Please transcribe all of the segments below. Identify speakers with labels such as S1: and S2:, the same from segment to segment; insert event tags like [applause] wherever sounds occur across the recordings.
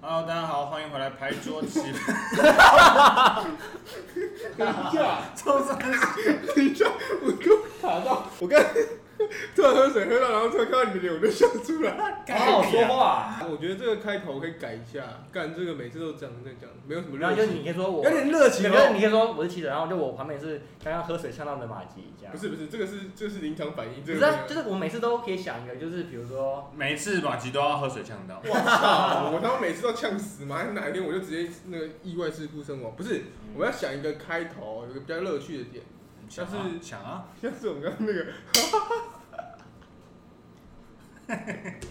S1: Hello，大家好，欢迎回来牌桌棋。 [laughs]
S2: 超伤心！ [laughs] 等一下，我刚卡到，我刚突然喝水喝到，然后突然看到你的脸，我就笑出来。
S3: 好好说话，啊
S2: 我觉得这个开头可以改一下，干这个每次都这样在讲，没有什么
S3: 然
S2: 热
S3: 后就是
S2: 情，
S3: 你可以说我，
S2: 有点热情
S3: 对就是
S2: 哦。
S3: 你可以说我是骑者，然后就我旁边是刚刚喝水呛到的马吉这
S2: [laughs]
S3: 样。
S2: 不是不是，这个是这是临场反应，
S3: 不
S2: 这
S3: 是
S2: 个
S3: 啊，
S2: 没
S3: 就
S2: 有
S3: 是我每次都可以想一个，就是比如说，
S1: 每一次马吉都要喝水呛到。
S2: 啊我他妈每次都呛死嘛，哪一天我就直接那个意外事故身亡？不是，我们要想一个开头，有个比较乐趣的点，
S1: 想啊
S2: 但是
S1: 想啊，
S2: 像是我们刚刚那个，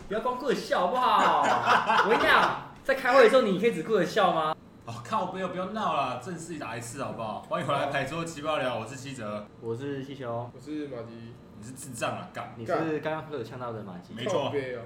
S3: 不要光顾着笑好不好？我跟你讲，在开会的时候你可以只顾着笑吗？
S1: 哦靠，不要不要闹了，正式打一次好不好？欢迎回来牌桌棋爆聊，我是七哲，
S3: 我是气球，
S2: [laughs] 我是马吉，
S1: 你是智障啊，干！
S3: 你是刚刚喝水呛到的马吉。
S1: 没错
S2: 靠背哦，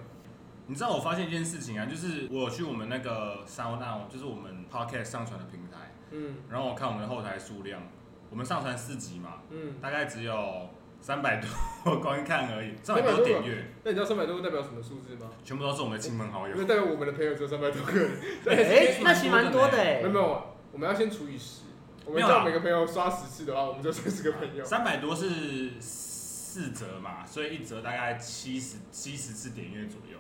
S1: 你知道我发现一件事情啊，就是我有去我们那个 Sound On，就是我们 Podcast 上传的平台，
S2: 嗯
S1: 然后我看我们的后台数量，我们上传四集嘛，
S2: 嗯，
S1: 大概只有三百多观看而已，三百
S2: 300
S3: 啊
S1: 多
S2: 多
S1: 点阅，
S2: 那你知道三百多个代表什么数字吗？
S1: 全部都是我们的亲朋好友
S2: 那。代表我们的朋友只有三百多个人。
S3: 哎，那其实蛮多的哎
S2: 没有。没有，我们要先除以十。我
S1: 没
S2: 们
S1: 有
S2: 叫
S1: 啦
S2: 每个朋友刷十次的话，我们就三十个朋友。
S1: 三百多是四折嘛，所以一折大概七十七十次点阅左右。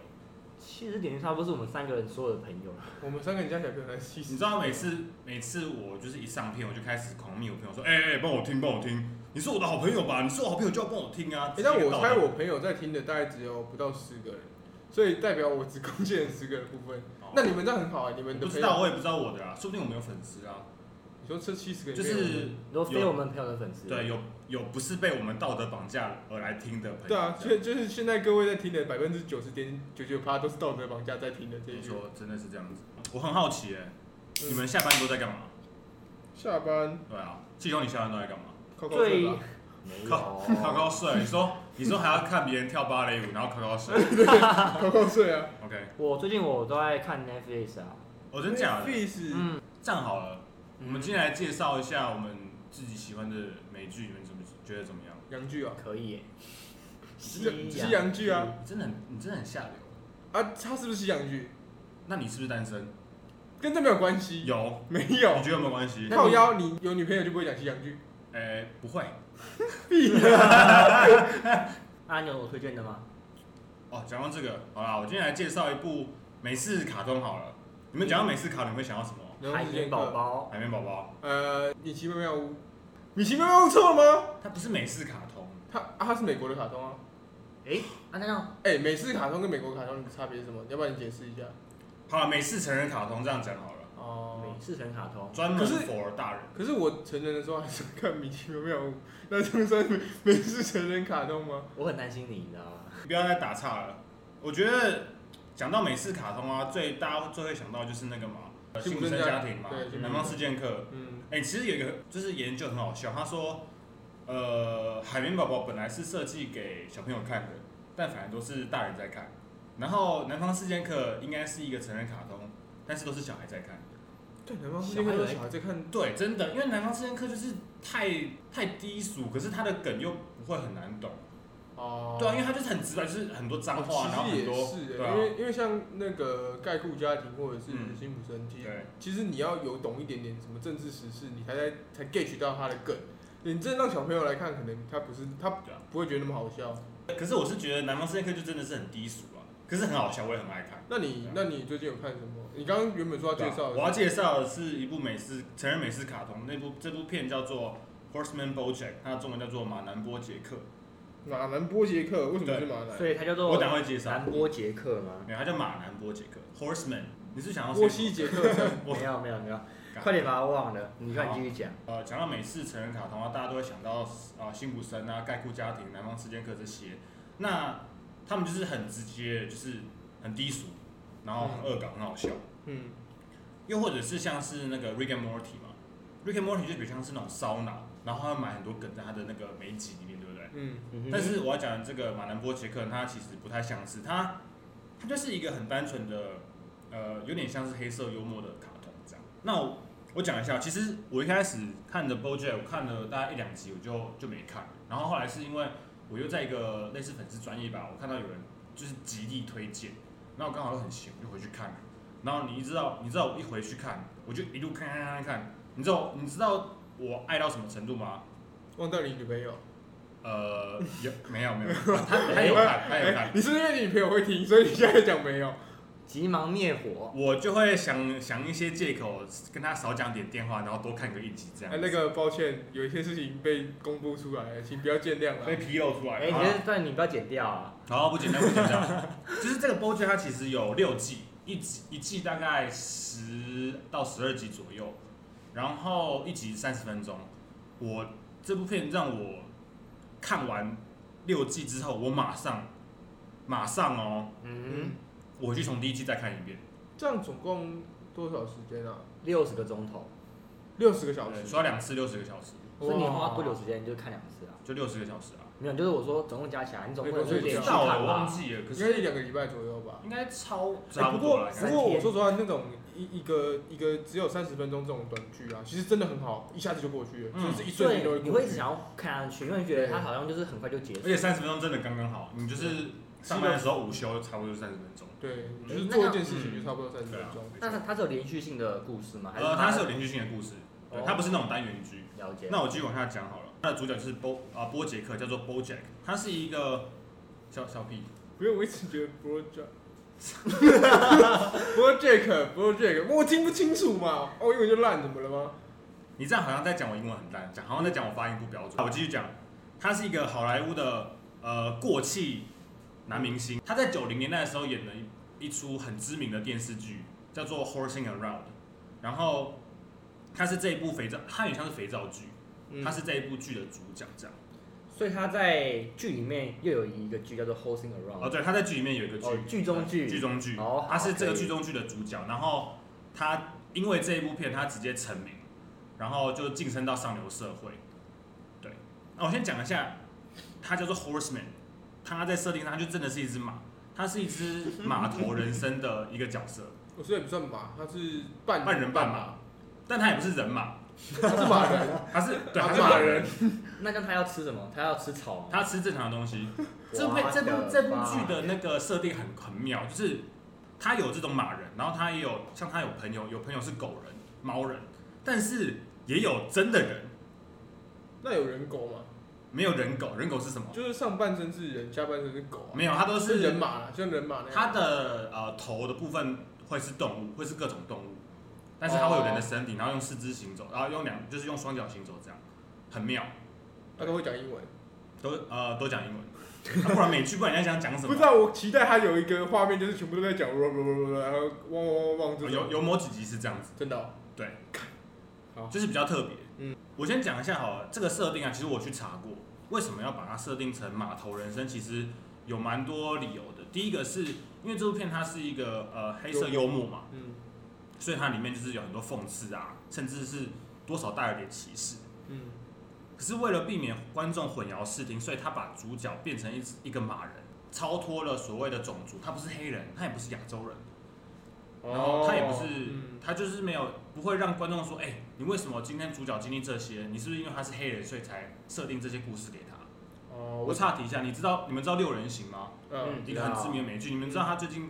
S3: 其实点击差不多是我们三个人所有的朋友。
S2: 我们三个人加起来可能才七
S1: 你
S2: 十
S1: 知。道每次每次我就是一上片，我就开始狂密我朋友说，哎、哎、帮我听，帮我听，你是我的好朋友吧？你是我好朋友就要帮我听啊。
S2: 哎，但我猜
S1: 我
S2: 我朋友在听的大概只有不到十个人，所以代表我只贡献了十个人的部分。那你们这样很好啊，你们
S1: 不
S2: 的
S1: 知
S2: 朋
S1: 道，
S2: 友，
S1: 哦我也不知道我的啊，说不定我们有粉丝啊，
S2: 你说这七十个人
S1: 就
S2: 里面有啊
S1: 是
S3: 你都非我们朋友的粉丝。
S1: 对有有不是被我们道德绑架而来听的朋友。
S2: 对啊，
S1: 这样
S2: 就就是现在各位在听的百分之九十点九九趴都是道德绑架在听的这
S1: 没
S2: 一句。
S1: 错，真的是这样子。我很好奇哎、
S2: 嗯
S1: 你们下班都在干嘛？
S2: 下班
S1: 对啊，季兄，你下班都在干嘛？
S2: 靠靠睡
S3: 最
S2: 吧，
S3: 没
S1: 靠
S2: [laughs]
S3: 有。
S1: 考考睡，你说你说还要看别人跳芭蕾舞，然后考考
S2: [laughs]
S1: 睡。
S2: 靠靠睡啊。
S1: OK，
S3: 我最近我都在看 Netflix 啊。
S1: [laughs] 我、真假的，
S2: Netflix
S3: 嗯，
S1: 这样好了，
S2: 嗯
S1: 我们今天来介绍一下我们自己喜欢的美剧，你们怎么觉得怎么样？
S2: 洋剧啊，
S3: 可以耶。
S2: 西
S3: 洋
S2: 西洋剧啊，
S1: 你真的很，你真的很下流。
S2: 啊，他是不是西洋剧？
S1: 那你是不是单身？
S2: 跟这没有关系。
S1: 有，
S2: 没嗯有
S1: 你。觉得有没有关系？
S2: 靠腰，你有女朋友就不会讲
S1: [laughs]
S2: 西洋剧？
S1: 哎、不会。
S3: 啊，你有我推荐的吗？
S1: 哦，讲到这个，好啦，我今天来介绍一部美式卡通好了。你们讲到美式卡通，你会想到什么？
S2: 然后
S3: 海
S2: 是
S3: 绵宝，宝，
S1: 海绵宝宝，
S2: 呃，米奇妙妙屋，米奇妙妙屋错了吗？
S1: 它不是美式卡通，
S2: 它啊，它是美国的卡通啊。
S3: 哎，啊那样，
S2: 哎、美式卡通跟美国卡通的差别是什么？要不然你解释一下。
S1: 好了，美式成人卡通这样讲好了，
S2: 哦、
S3: 美式成卡通，
S1: 专门
S2: 可是
S1: for 大人。
S2: 可是我成人的时候还是看米奇妙妙屋，那这样算美美式成人卡通吗？
S3: 我很担心你，你知道吗？
S1: 不要再打岔了。我觉得讲到美式卡通啊，最大家最会想到就是那个嘛，呃
S2: 幸
S1: 幸
S2: 福
S1: 福生
S2: 生家
S1: 家庭嘛
S2: 对幸福，生
S1: 南方四剑客。
S2: 嗯，
S1: 哎、其实有一个就是研究很好笑，他说，呃，海绵宝宝本来是设计给小朋友看的，但反而都是大人在看。然后南方四剑客应该是一个成人卡通，但是都是小孩在看。
S2: 对，南方四剑客有小孩在看，
S1: 对，真的，因为南方四剑客就是太太低俗，可是他的梗又不会很难懂。
S2: 哦、
S1: 对啊，因为他就是很直白，就是很多脏话，然后
S2: 其
S1: 很
S2: 实也
S1: 多
S2: 是、
S1: 对
S2: 欸，
S1: 啊
S2: 因，为因为像那个盖库家庭或者是
S1: 嗯
S2: 辛普森，其实
S1: 对。
S2: 其实你要有懂一点点什么政治时事，你才在才 get 到它的梗。你真的让小朋友来看，可能他不是他
S1: 对啊
S2: 不会觉得那么好笑。
S1: 可是我是觉得《南方四剑客》就真的是很低俗啊，可是很好笑，我也很爱看。
S2: 那你那你最近有看什么？你刚刚原本说要介绍
S1: 对啊
S2: 的
S1: 我要介绍的是一部美式成人美式卡通，那部这部片叫做《Horseman BoJack》，它的中文叫做《马南波杰克
S2: 马南波杰克，为什么是马
S3: 所
S2: 南？
S3: 以它叫》，做
S1: 我等下会介绍
S3: 兰。波杰克吗？
S1: 没有，它叫马南波杰克 （Horseman）。你是想要
S2: 波西杰克森，
S1: 我
S3: 没有没
S1: [laughs]
S3: 有没有，
S1: 干
S3: 快点把它忘了。你快点继续讲。
S1: 呃，讲到美式成人卡通啊，大家都会想到啊，辛普森啊、盖库家庭、南方四剑客这些。那他们就是很直接，就是很低俗，然后很恶搞，很好笑。
S2: 嗯，
S1: 又或者是像是那个 Rick and Morty 嘛，Rick and Morty 就比较像是那种烧脑，然后他会买很多梗在他的那个每一集里面，对不对？
S2: 嗯
S3: 嗯
S1: 但
S3: 哼
S1: 是我要讲的这个马南波杰克，他其实不太像是他，他就是一个很单纯的呃，有点像是黑色幽默的卡通这样。那我我讲一下，其实我一开始看的《BoJack》，我看了大概一两集，我就就没看了。然后后来是因为我又在一个类似粉丝专业吧，我看到有人就是极力推荐，然后我刚好又很闲，我就回去看了。然后你知道，你知道我一回去看，我就一路看看看看看，你知道你知道我爱到什么程度吗？
S2: 忘掉你女朋友，
S1: 呃，有没有没有，他他有看，他有
S2: [laughs]
S1: 看
S2: 哎，你是不是因为你女朋友会听，所以你现在讲没有？
S3: 急忙灭火，
S1: 我就会想想一些借口，跟他少讲点电话，然后多看个一集这样
S2: 哎，。那个抱歉，有一些事情被公布出来了，请不要见谅啊
S1: 被
S2: 啦。
S1: 披露出来
S3: 哎、
S1: 了。
S3: 你这段你不要剪掉啊，
S1: 好，不简单，不简单。就是这个 BoJack 它其实有六季，一季一季大概十到十二集左右，然后一集三十分钟。我这部片让我看完六季之后，我马上马上哦，
S3: 嗯，
S1: 我去从第一季再看一遍，
S2: 这样总共多少时间啊？
S3: 六十个钟头，
S2: 六十个小
S1: 对
S2: 时。
S1: 刷两次六十个小时，
S3: 所以你
S2: 哇
S3: 花多久时间就看两次啊？
S1: 就六十个小时啊。
S3: 没有，就是我说总共加起来，你总共
S2: 对
S1: 我
S3: 有
S2: 所以
S1: 不
S2: 你
S1: 知
S3: 点
S2: 是
S3: 去
S1: 道了，
S3: 看
S1: 我忘
S3: 吧？
S1: 记了，可
S2: 应该
S1: 是
S2: 一两个礼拜左右吧。
S1: 应该超
S2: 哎
S1: 差
S2: 不
S1: 不多
S2: 过
S1: 了。应
S2: 不
S1: 该
S2: 过我
S3: 天
S2: 说实话，那种一一个一个只有三十分钟这种短剧啊，其实真的很好，一下子就过去了，
S1: 嗯
S2: 就是一瞬间就
S3: 对，
S2: 会
S3: 你会
S2: 过
S3: 一直
S2: 去。
S3: 想要看下去，因为觉得它好像就是很快就结束
S1: 而。且三十分钟真的刚刚好，你就是上班的时候午休差不多就三十分钟。
S2: 对，
S1: 嗯
S2: 就是
S3: 哎那
S2: 做一
S3: 个
S2: 件事情
S1: 嗯
S2: 就差不多三十分
S1: 对啊
S2: 钟。，
S3: 那它它是有连续性的故事吗？还是
S1: 呃，它是有连续性的故事，对
S3: 哦
S1: 它不是那种单元剧。
S3: 了解？
S1: 那我继续往下讲好了。它的主角就是波啊波杰克，叫做 BoJack，他是一个小小屁，
S2: 不用，我一直觉得 BoJack。BoJack BoJack，我听不清楚嘛，哦，英文就烂，怎么了吗？
S1: 你这样好像在讲我英文很烂，讲好像在讲我发音不标准。好，我继续讲，他是一个好莱坞的呃过气男明星，他在九零年代的时候演了一一出很知名的电视剧，叫做《Horsing Around》，然后他是这一部肥皂，汉语像是肥皂剧，
S2: 嗯
S1: 他是这一部剧的主角这样。
S3: 所以他在剧里面又有一个剧叫做《Hosting
S1: 哦，
S3: Around
S1: 对，他在剧里面有一个剧、
S3: 哦剧中剧
S1: 剧中剧，
S3: 哦好
S1: 他是这个
S3: 可以
S1: 剧中剧的主角，然后他因为这一部片，他直接成名，然后就晋升到上流社会。对，那我先讲一下，他叫做 Horseman，他在设定上他就真的是一只马，他是一只马头人身的一个角色，
S2: 我虽然不算马，他是半
S1: 半人半
S2: 马
S1: 马，但他也不是人马，
S2: 他是马人，
S1: 他是
S3: 哦
S1: 对，他
S2: 他
S1: 是
S2: 是
S1: 马
S2: 马
S1: 人
S2: 人，。
S3: 那这样他要吃什么？他要吃草吗？
S1: 他吃正常的东西。这部这部这部剧的那个设定很很妙，就是他有这种马人，然后他也有像他有朋友，有朋友是狗人、猫人，但是也有真的人，
S2: 那有人狗吗？
S1: 没有人狗。人狗是什么？
S2: 就是上半身是人，下半身是狗啊。
S1: 没有，他都
S2: 是
S1: 是
S2: 人。马啦，像人马那样。
S1: 他的呃头的部分会是动物，会是各种动物，但是他会有人的
S2: 哦
S1: 身体，然后用四肢行走，然后用两就是用双脚行走，这样很妙。
S2: 他都会讲英文。
S1: 都呃都讲英文，啊不然美剧不然人家想讲什
S2: [laughs] 不
S1: 么
S2: 知？道，我期待他有一个画面，就是全部都在讲，然后汪汪汪汪这
S1: 有
S2: 种。
S1: 有某几集是这样子。
S2: 真的哦，
S1: 对，
S2: 好
S1: 就是比较特别。
S2: 嗯，
S1: 我先讲一下好了，这个设定啊，其实我去查过，为什么要把它设定成码头人生，其实有蛮多理由的。第一个是因为这部片它是一个呃黑色幽默嘛，
S2: 嗯
S1: 所以它里面就是有很多讽刺啊，甚至是多少带有点歧视。
S2: 嗯，
S1: 可是为了避免观众混淆视听，所以他把主角变成一只一个马人，超脱了所谓的种族，他不是黑人，他也不是亚洲人。
S2: 哦
S1: 然后哦他也不是，
S2: 嗯
S1: 他就是没有不会让观众说，哎、你为什么今天主角经历这些？你是不是因为他是黑人，所以才设定这些故事给他？
S2: 哦，
S1: 我岔题一下，你知道你们知道六人行吗？
S2: 嗯，
S3: 嗯
S1: 一个很知名的美剧，你们知道他最近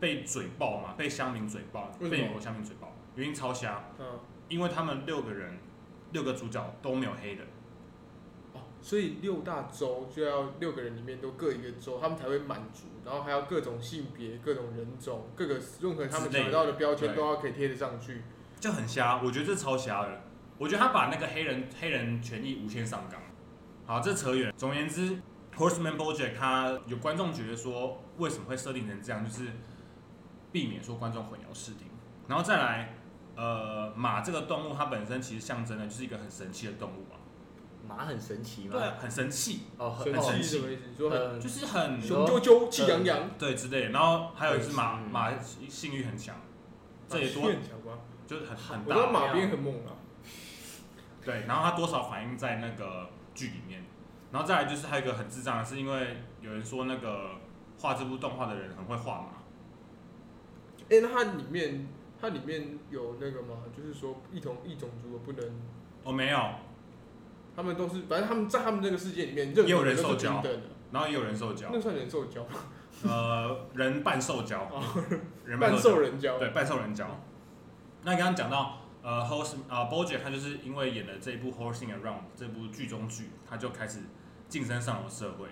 S1: 被嘴爆吗？被乡民嘴爆，
S2: 为什么
S1: 被美国乡民嘴爆，原因超瞎，
S2: 嗯，
S1: 因为他们六个人，六个主角都没有黑人，
S2: 哦，所以六大洲就要六个人里面都各一个州，他们才会满足，然后还要各种性别、各种人种、各个任何他们想到的标签都要可以贴得上去。
S1: 就很瞎，我觉得这超瞎的。我觉得他把那个黑人黑人权益无限上纲。好，这扯远。总而言之，Horseman BoJack 他有观众觉得说，为什么会设定成这样，就是避免说观众混淆视听。然后再来，呃，马这个动物它本身其实象征的就是一个很神奇的动物嘛，
S3: 马很神奇吗？
S1: 对，，啊呃很神气，
S3: 哦，很哦
S2: 神
S1: 很神
S2: 气是什么意思？你说很
S3: 很
S1: 就是很
S3: 嗯
S2: 雄赳赳、气扬扬，
S1: 对之类的。然后还有一只马，
S3: 嗯
S1: 马性欲很强，这也多
S2: 很啊强吧？
S1: 啊就是很很
S2: 我
S1: 大
S2: 知。道马鞭很猛啊，
S1: 对，然后它多少反映在那个剧里面，然后再来就是还有一个很智障的是，因为有人说那个画这部动画的人很会画马，
S2: 哎、那它里面它里面有那个吗？就是说异同异种族的不能，
S1: 哦，没有，
S2: 他们都是，反正他们在他们那个世界里面，任
S1: 也有
S2: 何
S1: 人
S2: 人都
S1: 受
S2: 是平
S1: 教
S2: 等的。
S1: 然后也有人受教
S2: 那，算人兽交吗，
S1: 呃，人半受教，人
S2: 半
S1: 受
S2: 兽人交。
S1: 对，半兽人教。那刚刚讲到呃，Horse 啊、b o j a c k 他就是因为演了这一部《Horsing Around》这部剧中剧，他就开始晋升上流社会。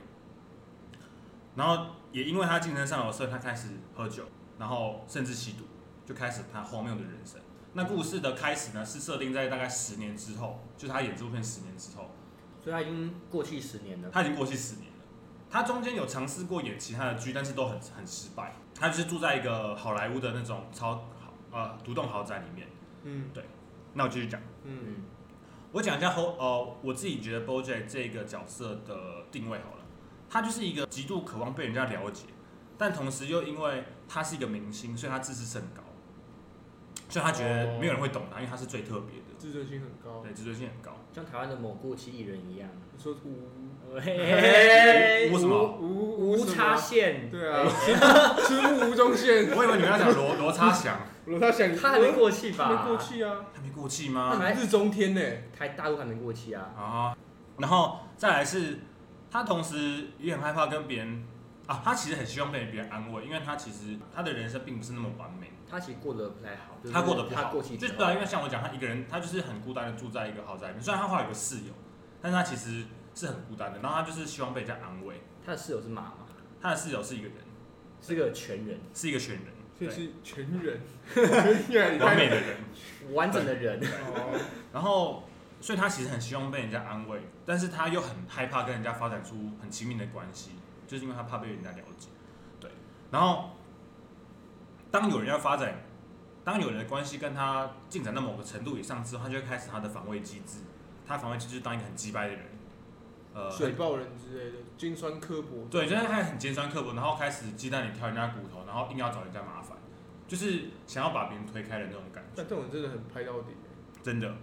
S1: 然后也因为他晋升上流社会，他开始喝酒，然后甚至吸毒，就开始他荒谬的人生。那故事的开始呢，是设定在大概十年之后，就是他演这部片十年之后，
S3: 所以他已经过去十年了。
S1: 他已经过去十年了。他中间有尝试过演其他的剧，但是都很很失败。他就是住在一个好莱坞的那种超呃独栋豪宅里面。
S2: 嗯
S1: 那我继续讲，
S2: 嗯
S3: 嗯，
S1: 我讲一下后呃我自己觉得 BoJack 这个角色的定位好了，他就是一个极度渴望被人家了解，但同时又因为他是一个明星，所以他自视甚高，所以他觉得没有人会懂他，因为他是最特别的，
S2: 自尊心很高。
S1: 对，自尊心很高。
S3: 像台湾的某过期艺人
S1: [laughs]
S3: 一样。
S2: 你说无
S3: 嘿
S1: 嘿无什么
S2: 无
S3: 哦无
S2: 什么
S3: 插线，
S2: 对啊，吃木无中线，
S1: 哎 [laughs] 我以为你们要讲罗 [laughs] 罗差祥，
S2: 罗大想
S3: 他还没过气吧？
S2: 没过，气啊，
S1: 还没过气
S3: 他
S1: 吗？
S3: 还
S2: 日中天呢，
S3: 台大陆还没过气啊。
S1: 啊，然后再来是，他同时也很害怕跟别人啊，他其实很希望被别人安慰，因为他其实他的人生并不是那么完美，
S3: 他其实过得不太好，就是
S1: 他过得不
S3: 他
S1: 好，
S3: 过气
S1: 就
S3: 之
S1: 是
S3: 后
S1: 对啊，因为像我讲，他一个人，他就是很孤单的住在一个豪宅里面，虽然他后来有个室友，但是他其实是很孤单的，然后他就是希望被人家安慰，
S3: 他的室友是马嘛，
S1: 他的室友是一个人，
S3: 是个全人，
S1: 是一个全人，
S2: 所
S1: 对，
S2: 以是
S1: [laughs]
S2: 全人，全
S1: 完美
S2: 人，
S1: 的人，
S3: 完整的人。
S2: 哦，
S1: 然后。所以他其实很希望被人家安慰，但是他又很害怕跟人家发展出很亲密的关系，就是因为他怕被人家了解。对，然后当有人要发展，当有人的关系跟他进展到某个程度以上之后，他就会开始他的防卫机制。他的防卫机制就是当一个很击败的人，呃，
S2: 水爆人之类的，尖酸刻薄，
S1: 对，就是他很尖酸刻薄，然后开始鸡蛋里挑人家骨头，然后硬要找人家麻烦，就是想要把别人推开的那种感觉。
S2: 但这种真的很拍到底，
S1: 真的。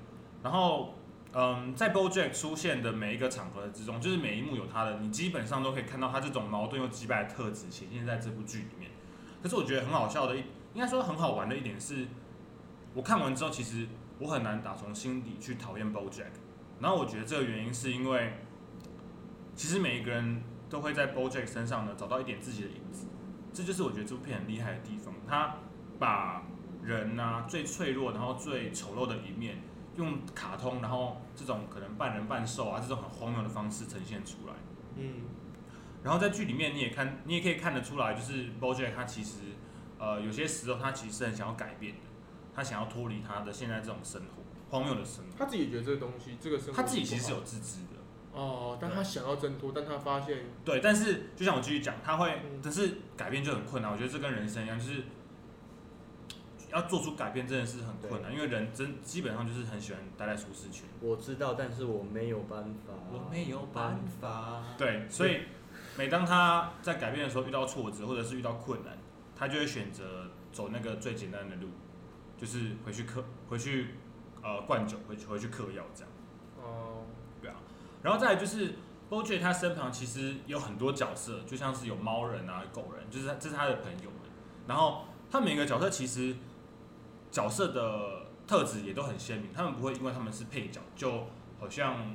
S1: 然后，嗯，在 BoJack 出现的每一个场合之中，就是每一幕有他的，你基本上都可以看到他这种矛盾又击败的特质显现在这部剧里面。可是我觉得很好笑的一，应该说很好玩的一点是，我看完之后，其实我很难打从心底去讨厌 BoJack。然后我觉得这个原因是因为，其实每一个人都会在 BoJack 身上呢找到一点自己的影子，这就是我觉得这部片很厉害的地方。他把人呐、最脆弱，然后最丑陋的一面，用卡通，然后这种可能半人半兽啊，这种很荒谬的方式呈现出来。
S2: 嗯，
S1: 然后在剧里面，你也看，你也可以看得出来，就是 BoJack 他其实，呃，有些时候他其实很想要改变的，他想要脱离他的现在这种生活，荒谬的生活。
S2: 他自己觉得这个东西，这个生活
S1: 他自己其实
S2: 不
S1: 是
S2: 好
S1: 有自知的，
S2: 哦，但他想要挣脱，但他发现
S1: 对。但是就像我继续讲，他会
S2: 嗯，
S1: 但是改变就很困难。我觉得这跟人生一样，就是要做出改变真的是很困难，因为人真基本上就是很喜欢待在舒适圈。
S3: 我知道，但是我没有办法，
S1: 有
S3: 法。
S1: 对，所以每当他在改变的时候遇到挫折或者是遇到困难，他就会选择走那个最简单的路，就是回去嗑，回去呃灌酒，回去回去嗑药这样。
S2: 哦，
S1: 然后再来就是 BoJack 他身旁其实有很多角色，就像是有猫人啊、狗人，就是他这是他的朋友们。然后他每个角色其实角色的特质也都很鲜明，他们不会因为他们是配角，就好像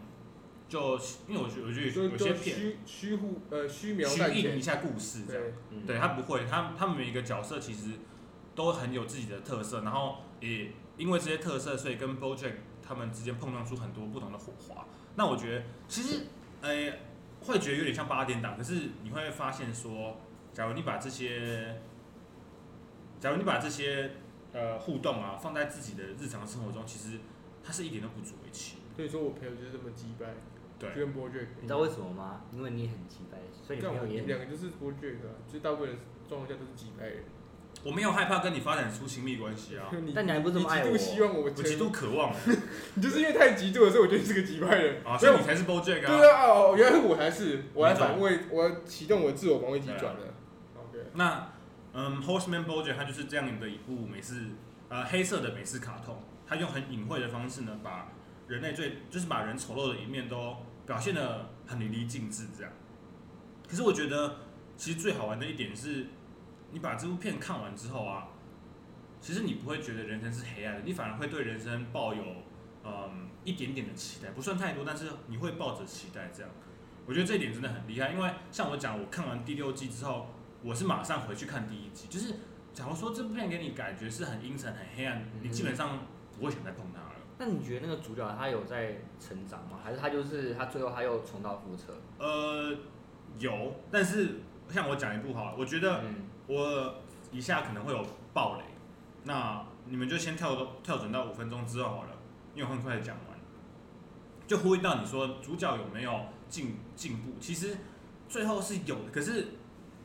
S1: 就因为我觉得我觉得
S2: 就
S1: 有有些
S2: 就
S1: 片
S2: 虚虚乎呃虚描淡
S1: 虚应一
S2: 写，
S1: 下故事这样。
S2: 对，
S3: 嗯
S1: 对，他不会，他他们每一个角色其实都很有自己的特色，然后也因为这些特色，所以跟 BoJack 他们之间碰撞出很多不同的火花。那我觉得其实，呃，会觉得有点像八点档，可是你会发现说，假如你把这些，假如你把这些呃互动啊放在自己的日常生活中，其实它是一点都不足为奇。
S2: 所以说我朋友就是这么击败，
S1: 对
S2: 就跟 b o j a
S3: 你知道为什么吗？因为你很鸡掰，所以你
S2: 但
S3: 朋
S2: 我
S3: 友也
S2: 们两
S3: 很。
S2: 个就是 b o j a 啊，就大部分人状况下都是击败人，
S1: 我没有害怕跟你发展出亲密关
S2: [laughs]
S1: 系啊，
S2: 你
S3: 但你还不是这么爱
S2: 你极
S3: 我
S2: 度希望我
S1: 我
S2: 成
S1: 极度渴望
S2: [laughs] 你就是因为太极度了，所以我觉得你是个击败人。
S1: 啊，
S2: 所
S1: 所以
S2: 以我
S1: 你才是 BoJack 啊。
S2: 对啊，哦，原来我才是，我来反卫，我启动我自我防卫机
S1: 啊
S2: 转了。OK，
S1: 那嗯，Horseman BoJack 它就是这样的一部美式呃黑色的美式卡通，它用很隐晦的方式呢，把人类最就是把人丑陋的一面都表现的很淋漓尽致这样。可是我觉得其实最好玩的一点是，你把这部片看完之后啊，其实你不会觉得人生是黑暗的，你反而会对人生抱有嗯一点点的期待，不算太多，但是你会抱着期待这样。我觉得这一点真的很厉害，因为像我讲，我看完第六季之后，我是马上回去看第一季，就是假如说这部片给你感觉是很阴沉、很黑暗，你基本上不会想再碰它了。
S3: 那你觉得那个主角他有在成长吗？还是他就是他最后他又重蹈覆辙？
S1: 呃，有，但是像我讲一部好了，我觉得
S3: 嗯，
S1: 我以下可能会有暴雷，那你们就先跳跳转到五分钟之后好了，因为我很快讲完，就呼应到你说主角有没有进进步，其实最后是有的，可是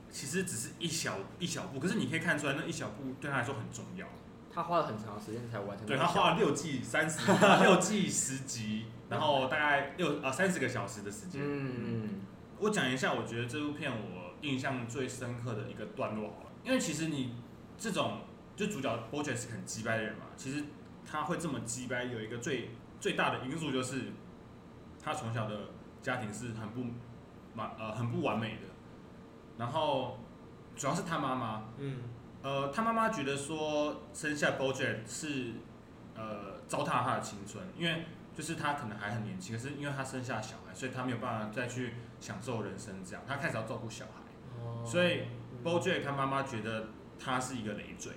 S1: 其实只是一小一小步，可是你可以看出来那一小步对他来说很重要。
S3: 他花了很长的时间才完成。
S1: 对他花了六季三十六季十集，然后大概六啊三十个小时的时间。
S3: 嗯，
S1: 我讲一下，我觉得这部片我印象最深刻的一个段落好了，因为其实你这种就主角 BoJack 是很鸡掰的人嘛，其实他会这么鸡掰，有一个最最大的因素就是他从小的家庭是很不满呃很不完美的，然后主要是他妈妈，
S2: 嗯，
S1: 呃，他妈妈觉得说生下 BoJack 是呃糟蹋他的青春，因为就是他可能还很年轻，可是因为他生下小孩，所以他没有办法再去享受人生，这样他开始要照顾小孩。
S2: 哦
S1: 所以
S2: 嗯
S1: BoJack 他妈妈觉得他是一个累赘，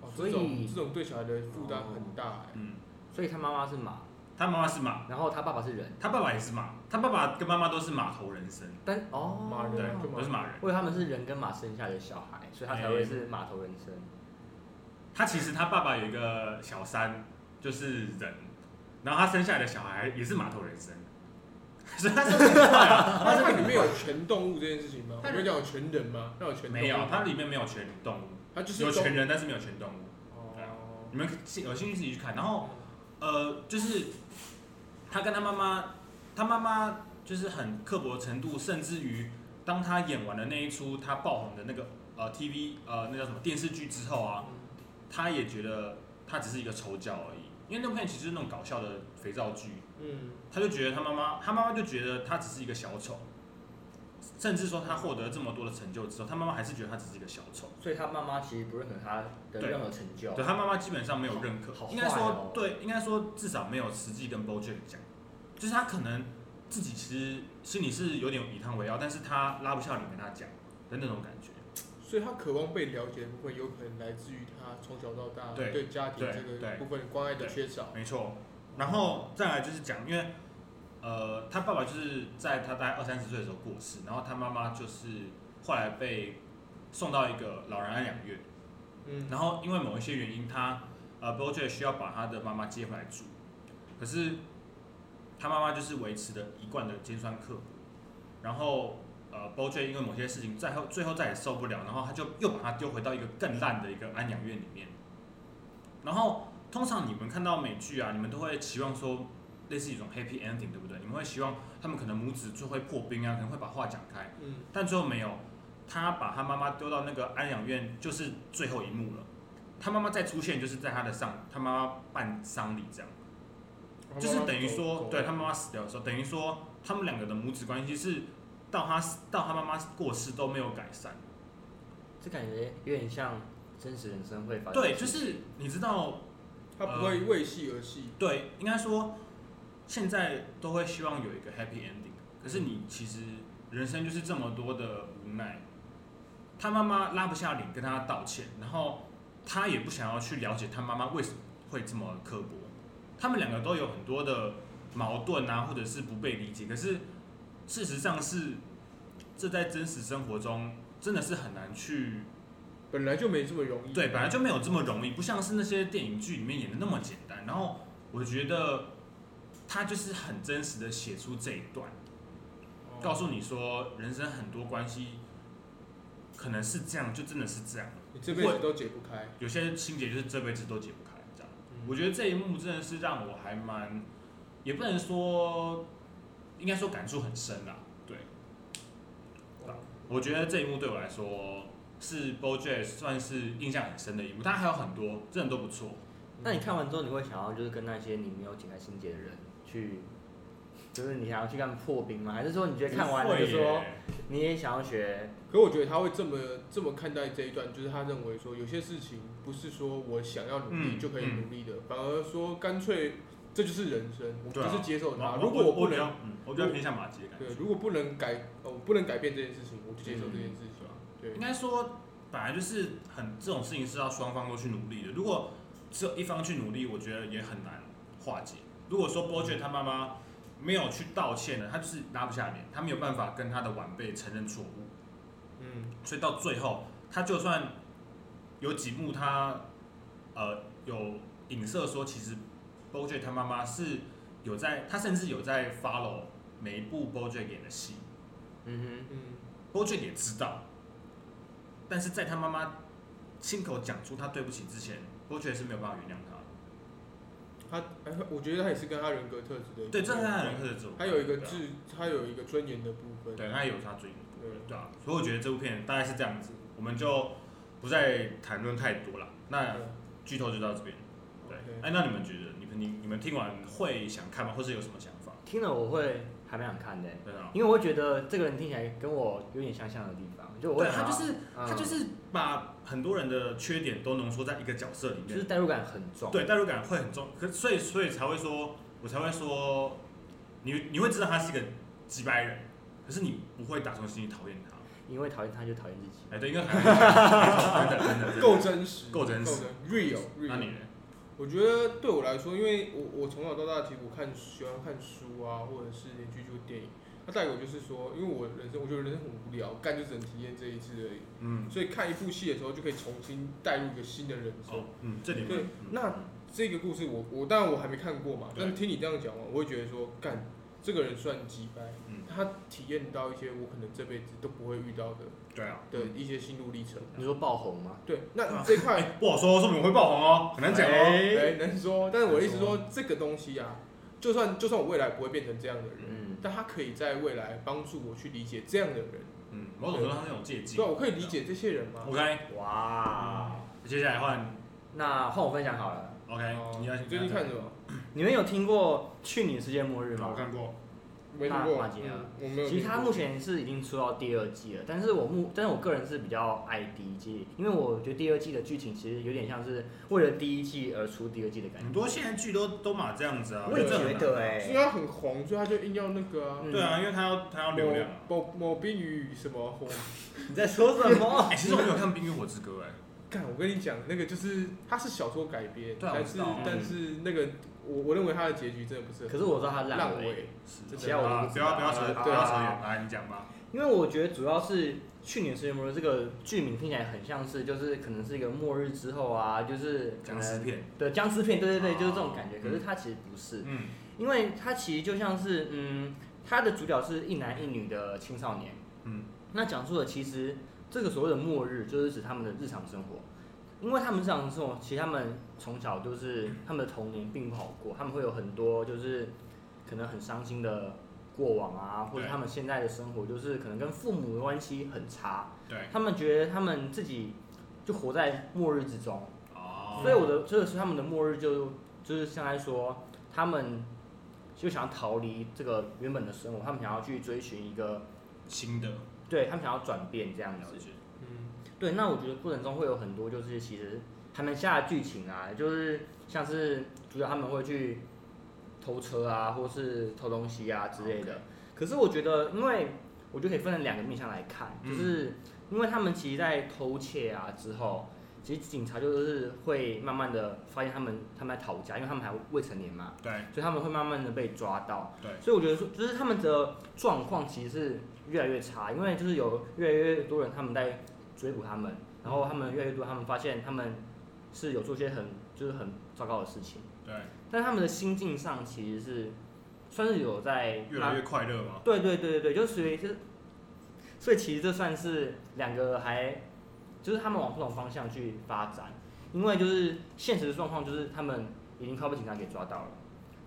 S2: 哦
S3: 所以
S2: 这种这种对小孩的负担很大哎、
S1: 嗯，
S3: 所以他妈妈是马，
S1: 他妈妈是马，
S3: 然后他爸爸是人，
S1: 他爸爸也是马，他爸爸跟妈妈都是马头人生，
S3: 但哦，
S2: 马人
S1: 对
S2: 就，
S1: 都是马人。
S3: 因为他们是人跟马生下的小孩，所以他才
S1: 哎
S3: 会是码头人生。
S1: 他其实他爸爸有一个小三，就是人，然后他生下来的小孩也是马头人生， [laughs] 所以他是很坏
S2: [laughs]
S1: 啊，他
S2: 它
S1: 是
S2: 这
S1: 个
S2: 个里面有全动物这件事情吗？
S1: 它
S2: 我们讲有全人吗？那有全动物吗
S1: 没有，它里面没有全动物，
S2: 它就是
S1: 有
S2: 动
S1: 全人，但啊是没有全动物。
S2: 哦
S1: 你们兴有兴趣自己去看。然后呃，就是他跟他妈妈，他妈妈就是很刻薄的程度，甚至于当他演完了那一出他爆红的那个呃 TV 呃那叫什么电视剧之后啊，他也觉得他只是一个丑角而已，因为那部片其实是那种搞笑的肥皂剧，
S2: 嗯，
S1: 他就觉得他妈妈，他妈妈就觉得他只是一个小丑，甚至说他获得这么多的成就之后，他妈妈还是觉得他只是一个小丑。
S3: 所以他妈妈其实不认可他的任何成就。
S1: 对他妈妈基本上没有认可，
S3: 啊好好
S1: 应该
S3: 坏
S1: 说、
S3: 哦
S1: 对，应该说至少没有实际跟 BoJack 讲，就是他可能自己其实心里是有点以他为傲，但是他拉不下脸跟他讲的那种感觉。
S2: 所以他渴望被了解的部分，有可能来自于他从小到大
S1: 对
S2: 对家庭
S1: 对
S2: 这个
S1: 对
S2: 部分关爱的
S1: 对
S2: 缺少。
S1: 没错，然后再来就是讲，因为呃，他爸爸就是在他大概二三十岁的时候过世，然后他妈妈就是后来被送到一个老人安养院，
S2: 嗯，
S1: 然后因为某一些原因，他呃 BoJack 需要把他的妈妈接回来住，可是他妈妈就是维持的一贯的尖酸刻薄，然后呃 BoJack 因为某些事情再后最后再也受不了，然后他就又把他丢回到一个更烂的一个安养院里面。然后通常你们看到美剧啊，你们都会期望说类似一种 happy ending，对不对？你们会希望他们可能母子最后会破冰啊，可能会把话讲开。
S2: 嗯，
S1: 但最后没有，他把他妈妈丢到那个安养院，就是最后一幕了。他妈妈再出现，就是在他的丧，他妈妈办丧礼这样，就是等于说，对他妈妈死掉的时候，等于说他们两个的母子关系是到他死到他妈妈过世都没有改善。
S3: 这感觉有点像真实人生会发生。
S1: 对，就是你知道，
S2: 他不
S1: 呃
S2: 会为戏而戏。
S1: 对，应该说现在都会希望有一个 happy ending，可是你其实人生就是这么多的无奈。他妈妈拉不下脸跟他道歉，然后他也不想要去了解他妈妈为什么会这么刻薄。他们两个都有很多的矛盾啊，或者是不被理解。可是事实上是，这在真实生活中真的是很难去
S2: 本来就没这么容易。
S1: 对，本来就没有这么容易，不像是那些电影剧里面演的那么简单。然后我觉得他就是很真实的写出这一段，
S2: 哦
S1: 告诉你说人生很多关系可能是这样，就真的是这样。
S2: 你这辈子都解不开。嗯
S1: 有些心结就是这辈子都解不开，这样。我觉得这一幕真的是让我还蛮，也不能说，应该说感触很深啦。对，我觉得这一幕对我来说是 BoJack 算是印象很深的一幕，但还有很多，真的都不错。
S3: 那你看完之后，你会想要就是跟那些你没有解开心结的人去就是你想要去看破冰吗？还是说你觉得看
S1: 不
S3: 完了
S1: 会
S3: 就说
S1: 耶
S3: 你也想要学？
S2: 可我觉得他会这么这么看待这一段，就是他认为说有些事情不是说我想要努力
S1: 嗯
S2: 就可以
S1: 嗯
S2: 努力的，反而说干脆这就是人生，我
S1: 对啊
S2: 就是接受它。
S1: 啊
S2: 如果我不
S1: 比较
S2: 能，
S1: 嗯我比较偏向马吉的感
S2: 对
S1: 觉，。
S2: 如果不能改，呃，我不能改变这件事情，我就接受这件事情。啊对
S1: 应，该说，本来就是很这种事情是要双方都去努力的。如果只有一方去努力，我觉得也很难化解。如果说 b o j e 他妈妈没有去道歉呢，他就是拉不下脸，他没有办法跟他的晚辈承认错误，
S2: 嗯，
S1: 所以到最后，他就算有几幕他呃有影射说，其实 b o j e 他妈妈是有在，他甚至有在 follow 每一部 b o j e 演的戏，
S3: 嗯
S2: 嗯，
S1: BoJack 也知道，但是在他妈妈亲口讲出他对不起之前，BoJack 是没有办法原谅他的。
S2: 他，哎我觉得他也是跟他人格特质的一个
S1: 对，这是他的
S2: 有
S1: 人
S2: 关
S1: 格特质。
S2: 他有一个
S1: 对啊，
S2: 自，他有一个尊严的部分。
S1: 对，他有他追求，
S2: 对
S1: 对啊。所以我觉得这部片大概是这样子，我们就不再谈论太多了。那
S2: 对
S1: 剧透就到这边。对
S2: OK，
S1: 哎，那你们觉得，你们你你们听完会想看吗？或是有什么想法？
S3: 听了我会还蛮想看的、欸
S1: 对啊，
S3: 因为我会觉得这个人听起来跟我有点相像的地方，就我会
S1: 对他
S3: 想要
S1: 就是
S3: 嗯
S1: 他就是把很多人的缺点都浓缩在一个角色里
S3: 就
S1: 面
S3: 是，代入感很重，
S1: 对，代入感会很重，可所以所以才会说，我才会说，你你会知道他是一个几百人，可是你不会打从心里讨厌他。
S3: 因为讨厌他就讨厌自己。
S1: 哎，对，应该还好 [laughs] 真的真的真的
S2: 够真实，
S1: 够真实
S2: ，real。
S1: 那
S2: real
S1: 你呢？
S2: 我觉得对我来说，因为我我从小到大其实我看喜欢看书啊，或者是连续剧、电影，它带给我就是说，因为我人生我觉得人生很无聊，干就只能体验这一次而已，
S1: 嗯，
S2: 所以看一部戏的时候就可以重新带入一个新的人生。
S1: 哦，嗯，这点
S2: 对
S1: 嗯
S2: 那这个故事我我当然我还没看过嘛，
S1: 对
S2: 但听你这样讲完，我会觉得说，干这个人算鸡掰，
S1: 嗯
S2: 他体验到一些我可能这辈子都不会遇到的
S1: 对啊，
S2: 的一些心路历程。
S3: 你说爆红吗？
S2: 对，
S1: 啊
S2: 那这块
S1: 不好说，说不定我会爆红哦，很难讲哦。
S2: 哎，能说，但是我的意思
S3: 能说
S2: 说，这个东西啊，就算就算我未来不会变成这样的人，
S3: 嗯，
S2: 但他可以在未来帮助我去理解这样的人。
S1: 嗯，某种程度上是一种借
S2: 对啊，
S1: 鉴。
S2: 我可以理解这些人吗？
S1: OK，
S3: 哇，
S1: 接下来换
S3: 那换我分享好了。
S1: OK，
S2: 哦
S1: 你要先
S2: 最近看什么？
S3: 你们有听过去年世界末日
S1: 我
S3: 吗？
S1: 看过，
S2: 没听过
S3: 马马吉啊，
S2: 嗯我没有听过。
S3: 其实它目前是已经出到第二季了，但是我目，但是我个人是比较爱第一季，因为我觉得第二季的剧情其实有点像是为了第一季而出第二季的感觉。
S1: 很多现在剧都都嘛这样子啊。
S3: 我也
S1: 这很
S3: 觉得
S1: 难啊
S3: 哎、
S2: 因为他很红，所以他就硬要那个啊，
S3: 嗯
S1: 对啊，因为他要他要流量啊。
S2: 某某某冰与什么红。
S3: 你在说什么？
S1: [laughs] 哎，其实我没有看《冰与火之歌》哎。
S2: 干，我跟你讲，那个就是它是小说改编，
S1: 对啊
S2: 但是
S1: 我知道
S2: 但是那个我我认为它的结局真的不是很
S3: 可是我知道它烂
S2: 烂
S3: 尾，
S2: 尾。
S1: 是
S2: 真
S3: 的啊
S1: 不要不要扯
S3: 啊
S1: 不要扯远，来你讲吧。
S3: 因为我觉得主要是去年世界末日这个剧名听起来很像是，就是可能是一个末日之后啊，就是可
S1: 僵尸
S3: 能
S1: 片，
S3: 对僵尸片，对对对，
S1: 啊
S3: 就是这种感觉。
S1: 嗯
S3: 可是它其实不是，
S1: 嗯，
S3: 因为它其实就像是嗯，它的主角是一男一女的青少年，
S1: 嗯，
S3: 那讲述的其实这个所谓的末日，就是指他们的日常生活。因为他们日常生活，其实他们从小就是他们的童年并不好过，他们会有很多就是可能很伤心的过往啊，或者
S1: 对
S3: 他们现在的生活就是可能跟父母的关系很差，
S1: 对，
S3: 他们觉得他们自己就活在末日之中，
S1: 哦，
S3: 所以我的这个是他们的末日就就是像在说他们就想要逃离这个原本的生活，他们想要去追寻一个
S1: 新的
S3: 对他们想要转变这样子
S1: 了。解，
S2: 嗯，
S3: 对，那我觉得过程中会有很多就是其实他们下的剧情啊，就是像是主角他们会去偷车啊，或是偷东西啊之类的。可是我觉得，因为我觉得可以分成两个面向来看，
S1: 嗯
S3: 就是因为他们其实，在偷窃啊之后，其实警察就是会慢慢的发现他们他们在讨价，因为他们还未成年嘛，
S1: 对
S3: 所以他们会慢慢的被抓到。
S1: 对
S3: 所以我觉得说，就是他们的状况其实是越来越差，因为就是有越来越多人他们在追捕他们，然后他们越来越多，他们发现他们是有做些很就是很糟糕的事情，
S1: 对，
S3: 但他们的心境上其实是算是有在
S1: 越来越快乐嘛，
S3: 对对对对对，就属于就是，所以其实这算是两个还，就是他们往不同方向去发展，因为就是现实的状况就是他们已经快被警察给抓到了，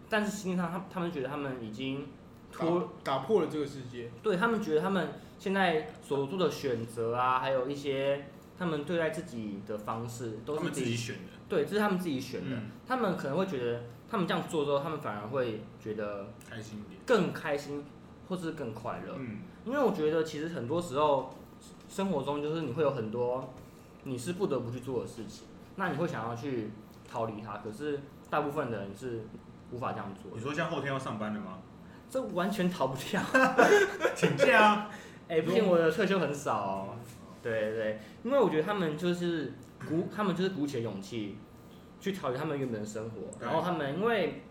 S3: 但是实际上他他们觉得他们已经脱，
S2: 打打破了这个世界。
S3: 对他们觉得他们现在所做的选择啊，还有一些他们对待自己的方式都
S1: 他
S3: 是
S1: 们
S3: 自
S1: 自己
S3: 己
S1: 选的，
S3: 对，这是他们自己选的。
S1: 嗯，
S3: 他们可能会觉得，他们这样做之后，他们反而会觉得
S1: 开心一点。
S3: 更开心，或是更快乐。
S1: 嗯，
S3: 因为我觉得其实很多时候生活中就是你会有很多你是不得不去做的事情，那你会想要去逃离它，可是大部分的人是无法这样做
S1: 你
S3: 的，
S1: 说像后天要上班的吗？
S3: 这完全逃不掉。
S1: 请假啊。
S3: 哎、不信我的退休很少、哦。对对对，因为我觉得他们就是鼓，他们就是鼓起了勇气去逃离他们原本的生活，
S1: 对
S3: 然后他们因为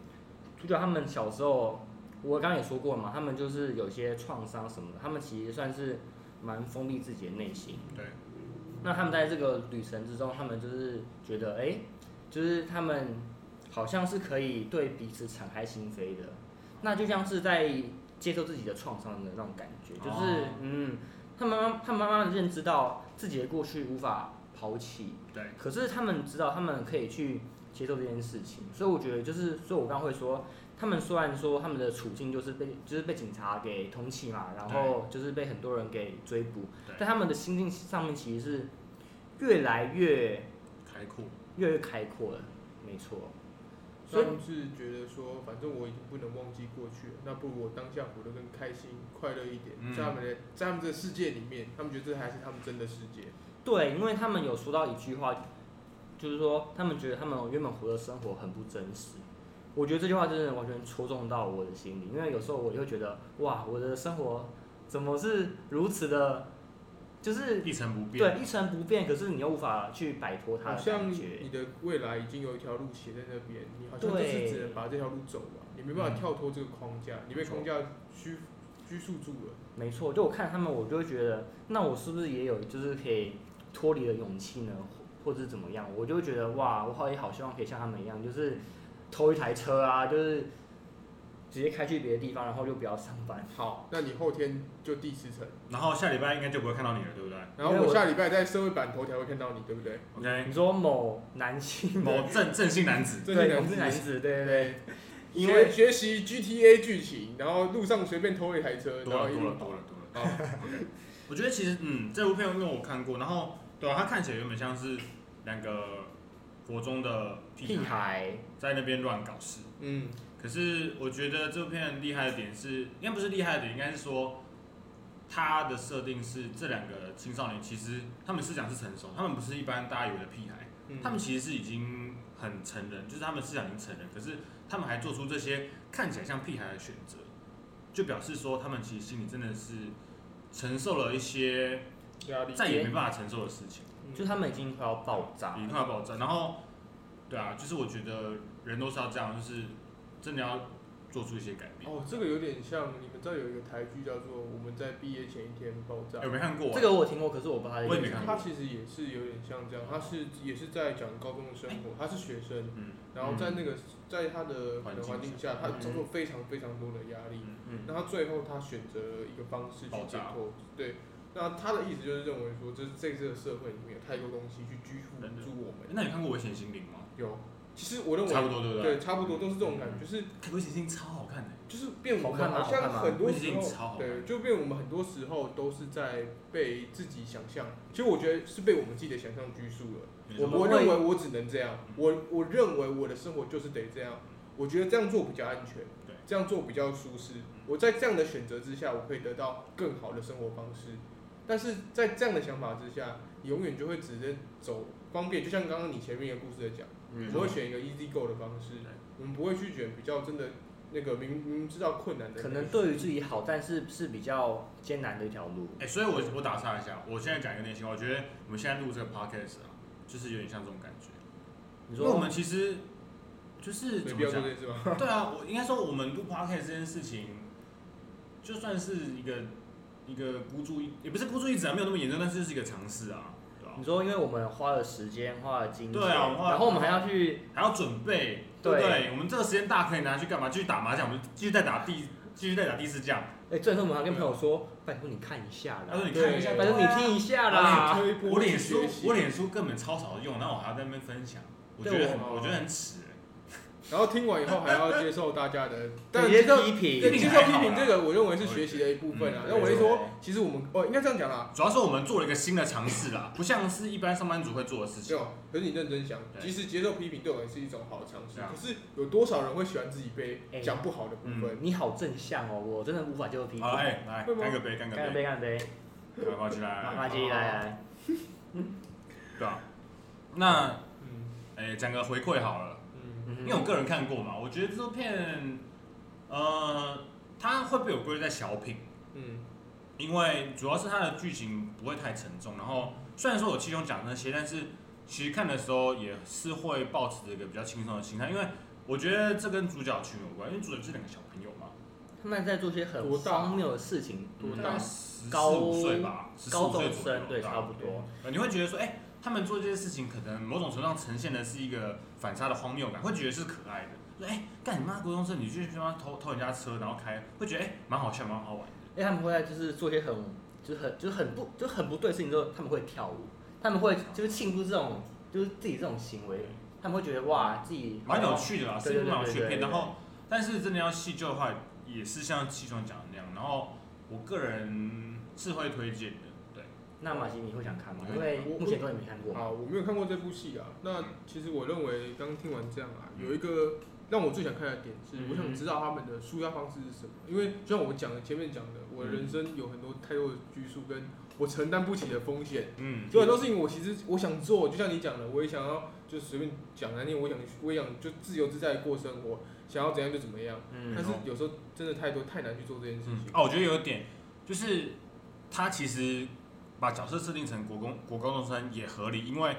S3: 主角他们小时候，我刚刚也说过嘛，他们就是有些创伤什么的，他们其实算是蛮封闭自己的内心。
S1: 对，
S3: 那他们在这个旅程之中，他们就是觉得，哎、就是他们好像是可以对彼此敞开心扉的，那就像是在接受自己的创伤的那种感觉，就是、
S1: 哦
S3: 嗯，他们慢他们慢慢的认知到自己的过去无法抛弃，
S1: 对，
S3: 可是他们知道他们可以去接受这件事情，所以我觉得就是，所以我刚刚会说，他们虽然说他们的处境就是被就是被警察给通缉嘛，然后就是被很多人给追捕
S1: 对，
S3: 但他们的心境上面其实是越来越
S1: 开阔。
S3: 越来越开阔了，没错。
S2: 所
S3: 所
S1: 嗯
S2: 以
S3: 以
S2: 他们是觉得说，反正我已经不能忘记过去了，那不如我当下活得更开心、快乐一点。
S1: 嗯
S2: 在他们的在他们这个世界里面，他们觉得这才是他们真的世界。
S3: 对，因为他们有说到一句话，就是说他们觉得他们原本活的生活很不真实。我觉得这句话真的完全戳中到我的心里，因为有时候我就会觉得，哇，我的生活怎么是如此的，就是
S1: 一成不变。
S3: 对一成不变，可是你又无法去摆脱
S2: 好
S3: 它的
S2: 像
S3: 感觉
S2: 你。的未来已经有一条路写在那边，你好像就是
S3: 对
S2: 只能把这条路走完，你没办
S1: 嗯
S2: 法跳脱这个框架，你被
S1: 没错
S2: 框架拘拘束住了。
S3: 没错，就我看他们，我就会觉得，那我是不是也有就是可以脱离的勇气呢，或或者怎么样？我就会觉得哇，我好也好希望可以像他们一样，就是偷一台车啊，就是直接开去别的地方，然后就不要上班。
S2: 好，那你后天就第十层，
S1: 然后下礼拜应该就不会看到你了，对不对
S2: 然后
S3: 因为
S2: 我
S3: 我
S2: 下礼拜在社会版头条会看到你，对不对？
S1: ？OK，
S3: [laughs] 你说某男性的，
S1: 某正正性男子，
S2: 这
S3: 对，某
S2: 是
S3: 性男
S2: 男子，
S3: 子，对对对。
S2: 对，
S3: 因
S2: 学
S3: 为
S2: 学习 GTA 剧情，然后路上随便偷一台车，
S1: 多
S2: 然后
S1: 了
S2: 一
S1: 多了
S2: 路
S1: 多了多了。哦
S2: 跑。
S1: 我觉得其实嗯，这部片因为我看过，然后对啊，它看起来原本像是两个国中的
S3: 屁孩，
S1: 在那边乱搞事，
S2: 嗯，
S1: 可是我觉得这部片厉害的点是，应该不是厉害的点，应该是说它的设定是这两个青少年其实他们思想是成熟，他们不是一般大家以为的屁孩。
S2: 嗯
S1: 他们其实是已经很成人，就是他们思想已经成人，可是他们还做出这些看起来像屁孩的选择，就表示说他们其实心里真的是承受了一些
S2: 压力
S1: 再也没办法承受的事情，
S2: 嗯
S3: 就是他们已经快要爆炸
S1: 也。快要爆炸。然后，对啊，就是我觉得人都是要这样，就是真的要做出一些改变。
S2: 哦，这个有点像你们知道有一个台剧叫做《我们在毕业前一天爆炸
S1: 有》，没看过啊？
S3: 这个我听过，可是我不知道他的
S1: 我也
S3: 意
S1: 没
S3: 思
S1: 看过
S2: 它其实也是有点像这样，它是也是在讲高中的生活，他是学生，
S1: 嗯，
S2: 然后在那个在他的
S1: 环境
S2: 环境下，他
S3: 嗯
S2: 承受非常非常多的压力，
S3: 嗯，
S2: 那他最后他选择了一个方式去
S1: 爆
S2: 解
S1: 炸
S2: 脱，对。那他的意思就是认为说，这在这个社会里面有太多东西去拘束
S1: 真的
S2: 住我们。
S1: 那你看过《危险心灵》吗？
S2: 有，其实我认
S1: 差不
S2: 为
S1: 多，嗯对不
S2: 对，
S1: 对？
S2: 差不多都是这种感觉，就是
S1: 看《危险心灵》超好看的，
S2: 就是变我
S3: 好
S2: 们
S3: 看吗
S2: 好像
S3: 好看吗
S2: 很多
S1: 我已
S2: 时
S1: 经超
S2: 候
S1: 好看
S2: 对，就变我们很多时候都是在被自己想象。其实我觉得是被我们自己的想象拘束了。
S1: 没
S2: 我
S1: 错
S3: 们
S2: 我
S3: 会
S2: 认为我只能这样
S1: 嗯，
S2: 我我认为我的生活就是得这样。我觉得这样做比较安全
S1: 对，
S2: 这样做比较舒适。我在这样的选择之下，我可以得到更好的生活方式。但是在这样的想法之下，你永远就会只是走方便，就像刚刚你前面一个故事在讲。
S1: 没
S2: 我
S1: 错
S2: 会选一个 easy go 的方式
S1: 嗯对，
S2: 我们不会去选比较真的那个明明知道困难的那个，
S3: 可能对于自己好，但是是比较艰难的一条路。
S1: 哎、所以我我打岔一下，我现在讲一个内心话，我觉得我们现在录这个 podcast 啊，就是有点像这种感觉。
S3: 你
S1: 因为我
S3: 说
S1: 们其实就是
S2: 没
S1: 怎
S2: 必
S1: 么
S2: 要做
S1: 讲
S2: 这？件事吧？
S1: 对啊，我应该说我们录 podcast 这件事情，就算是一个一个孤注一，也不是孤注一掷啊，没有那么严重，但是就是一个尝试啊，对吧、
S3: 你说，因为我们花了时间，花了金钱，
S1: 对啊我们花了
S3: 然后我们还要去，
S1: 还要准备，对不对？我们这个时间大可以拿去干嘛？继续打麻将，我们继续再打第，继续再打第四将。
S3: 哎，最后我们还跟朋友说，拜托你看一下
S1: 他
S3: 啦
S1: 说，你看一下，
S2: 对
S3: 拜托你听一
S1: 啊
S3: 下啦，
S2: 推波
S1: 我脸
S2: 去
S1: 书
S2: 学习
S1: 我脸书根本超少用，然后我还要在那边分享，我觉
S3: 对
S1: 得很
S2: 我
S1: 我觉得很耻、欸
S2: 然后听完以后还要接受大家的，但
S3: 直接
S2: 接受
S3: 批评
S2: 对接受批评这
S1: 还
S2: 个，我认为是学习的一部分啊
S1: 嗯。
S2: 那我是
S1: 没
S2: 说
S1: 错，
S2: 其实我们哦，应该这样讲啦，
S1: 主要是我们做了一个新的尝试啦，不像是一般上班族会做的事
S2: 没
S1: 情。
S2: 有，可是你认真想，
S1: 对
S2: 即使接受批评对我们是一种好的尝试
S1: 对，啊
S2: 可是有多少人会喜欢自己被
S3: 哎
S2: 讲不好的部分？
S3: 你好正向哦，我真的无法接受批评。
S1: 好，哎，来
S2: 会吗
S1: 干个杯，干个
S3: 干个
S1: 杯，
S3: 杯，干个杯，
S1: 来抱起
S3: 马
S1: 来，
S3: 马鸡来来，
S1: 对吧？那
S2: 嗯
S1: 哎，讲个回馈好了，
S2: 嗯
S3: 嗯
S1: 因为我个人看过嘛，我觉得这部片，呃，它会被我归类在小品。
S2: 嗯
S1: 因为主要是它的剧情不会太沉重，然后虽然说我气胸讲那些，但是其实看的时候也是会保持着一个比较轻松的心态，因为我觉得这跟主角群有关，因为主角是两个小朋友嘛，
S3: 他们在做些很
S2: 多大
S3: 荒谬的事情，
S2: 多
S1: 大
S2: 大
S1: 概十
S3: 嗯高
S1: 四五岁吧，十四
S3: 高
S1: 五岁
S3: 中
S1: 左右
S3: 生，对，差不多。
S1: 呃你会觉得说，哎、他们做这些事情，可能某种程度上呈现的是一个反差的荒谬感，会觉得是可爱的。说，哎、干你妈国中生，你去他妈偷偷人家车，然后开，会觉得哎，蛮、好笑，蛮好玩的。
S3: 因为他们会在就是做些很就是很就是很不就很不对的事情之后，他们会跳舞，他们会就是庆祝这种就是自己这种行为，他们会觉得哇自己
S1: 蛮有趣的啦，是
S3: 哦对
S1: 一
S3: 对
S1: 部蛮有
S3: 对
S1: 趣的
S3: 对对
S1: 片。
S3: 对
S1: 然后，但是真的要细究的话，也是像气壮讲的那样。然后，我个人是会推荐的，对，
S3: 那马西你会想看吗？
S1: 嗯我
S3: 因为
S2: 我
S3: 目前都也没看过嘛。
S2: 好，我没有看过这部戏啊。那
S1: 嗯
S2: 其实我认为，刚听完这样啊，
S1: 嗯
S2: 有一个让我最想看的点是
S3: 嗯，
S2: 我想知道他们的舒压方式是什么。因为就像我讲的前面讲的，我的人生有很多太多的拘束，跟我承担不起的风险。
S1: 嗯，
S2: 所以很多事情我其实我想做，就像你讲的，我也想要就随便讲难听，我想我也想就自由自在地过生活，想要怎样就怎么样。
S3: 嗯
S2: 但是有时候真的太多太难去做这件事
S1: 嗯
S2: 情。，
S1: 哦，我觉得有一点就是他其实把角色设定成国公国高中生也合理，因为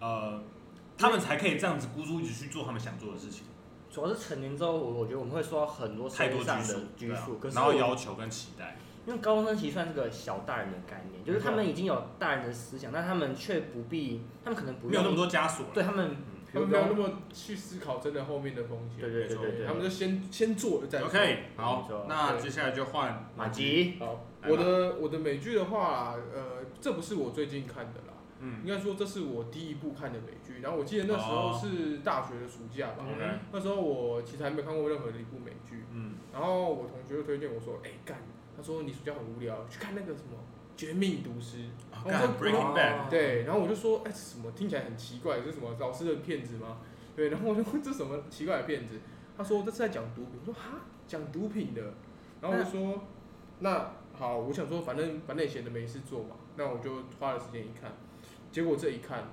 S1: 呃，他们才可以这样子孤注一掷去做他们想做的事情，
S3: 主要是成年之后，我我觉得我们会受到很多
S1: 太
S3: 社
S1: 多
S3: 会上
S1: 拘
S3: 的
S1: 束，
S3: 拘
S1: 对啊
S3: 束，可是
S1: 然后
S3: 我
S1: 要求跟期待，
S3: 因为高中生其实算是个小大人的概念，就是他们已经有大人的思想，但他们却不必，他们可能不
S1: 没有那么
S3: 用，
S1: 多嗯枷锁了，
S3: 对他们，比
S2: 他
S3: 如
S2: 们没有
S3: 说
S2: 那么去思考真的后面的风险，
S3: 对对对对
S2: 他们
S3: 对，
S2: 就先先做了再说。
S1: ，OK，好
S3: 没错，
S1: 那
S2: 对
S1: 接下来就换
S3: 马，吉，
S2: 好，
S1: 来吧
S2: 我的我的美剧的话，呃，这不是我最近看的啦，
S1: 嗯
S2: 应该说这是我第一部看的美剧。然后我记得那时
S1: 哦
S2: 候是大学的暑假吧，
S1: ，OK，
S2: 那时候我其实还没有看过任何的一部美剧。
S1: 嗯，
S2: 然后我同学就推荐我说，哎、干，他说你暑假很无聊，去看那个什么《绝命毒师》。
S1: 啊
S2: 我
S1: 干
S2: 说
S1: Breaking Bad，
S2: 对，然后我就说，哎、这什么听起来很奇怪，是什么老师的骗子吗？对，然后我就问这什么奇怪的骗子，他说这是在讲毒品，我说哈，讲毒品的，然后我就说，那好，我想说反正反正也闲着没事做嘛，那我就花了时间一看，结果这一看，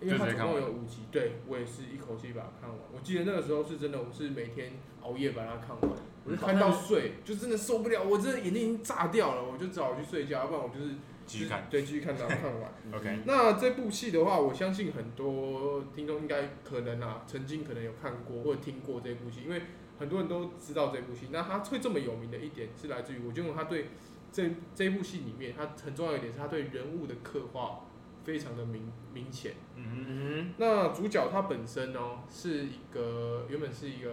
S2: 因为它
S1: 就直接
S2: 总
S1: 看
S2: 共
S1: 完
S2: 有五集，对我也是一口气把它看完，我记得那个时候是真的，我是每天熬夜把它看完。
S3: 我就
S2: 看到睡就真的受不了，我真的眼睛已经炸掉了，我就只好去睡觉，要不然我就是
S1: 继续看
S2: 对，继续看到看完。
S3: 嗯
S1: ，OK，
S2: 那这部戏的话，我相信很多听众应该可能啊，曾经可能有看过或者听过这部戏，因为很多人都知道这部戏。那它会这么有名的一点是来自于，我觉得他对这这部戏里面，他很重要的一点是他对人物的刻画非常的明明显。
S1: 嗯
S3: 嗯
S2: 那主角他本身哦，是一个原本是一个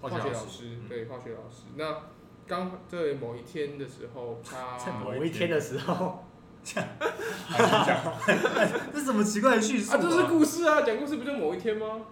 S1: 化
S2: 化
S1: 学
S2: 学
S1: 老
S2: 老
S1: 师
S2: 师
S1: 嗯，
S2: 对，化学老师。那刚在某一天的时候，他
S1: 在
S3: 哼，
S1: 某
S3: 某一天的时候，
S1: 哼，好继续讲 [laughs] 这是什么奇怪的叙述
S2: 啊，这是故事啊，讲故事不就某一天吗？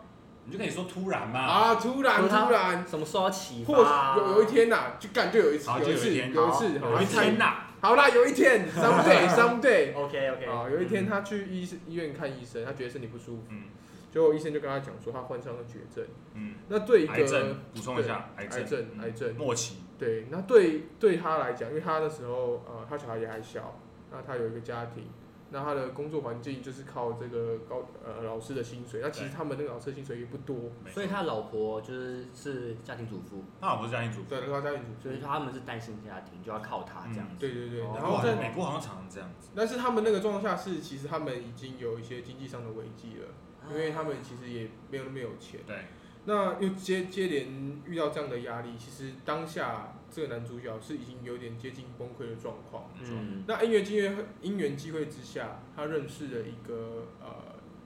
S1: 你就可以说突然嘛。
S2: 啊，突然
S3: 说他
S2: 突然，
S3: 什么受到启
S2: 或
S3: 发，
S2: 许有有一，天呐，就干就有一次，
S1: 好就
S2: 有一
S1: 有一
S2: 次，
S1: 天
S2: 有一
S3: 好
S2: 次，
S3: 有
S2: 好
S1: 有一天呐、
S2: 好啦，有
S1: [laughs]
S2: 一天，someday someday，
S3: OK OK，
S1: 哦
S2: 啊，有一天他去医医院看医生，他觉得身体不舒服，
S1: 嗯
S2: 结果医生就跟他讲说他患上了绝症。
S1: 嗯，
S2: 那对一
S1: 癌
S2: 个
S1: 症补充一下，癌症，
S2: 癌症
S1: 嗯
S2: 癌症
S1: 末期，
S2: 对，那对对他来讲，因为他那时候呃，他小孩也还小，那他有一个家庭，那他的工作环境就是靠这个高呃老师的薪水，那其实
S1: 对
S2: 他们那个老师的薪水也不多，
S1: 没错
S3: 所以他老婆就是是家庭主妇，
S1: 他老婆是家庭主妇，
S2: 对，他家庭主
S3: 所
S2: 妇
S3: 以，他们是单亲家庭，就要靠他这样子，
S2: 对对对，
S3: 哦
S2: 然
S1: 哇
S2: 后在
S1: 美国好像常常这样子，
S2: 但是他们那个状况下是，其实他们已经有一些经济上的危机了，因为他们其实也没有那么有钱。
S1: 啊对，
S2: 那又接接连遇到这样的压力，其实当下这个男主角是已经有点接近崩溃的状况。
S1: 没错，
S3: 嗯，
S2: 那因缘机会因缘机会之下，他认识了一个呃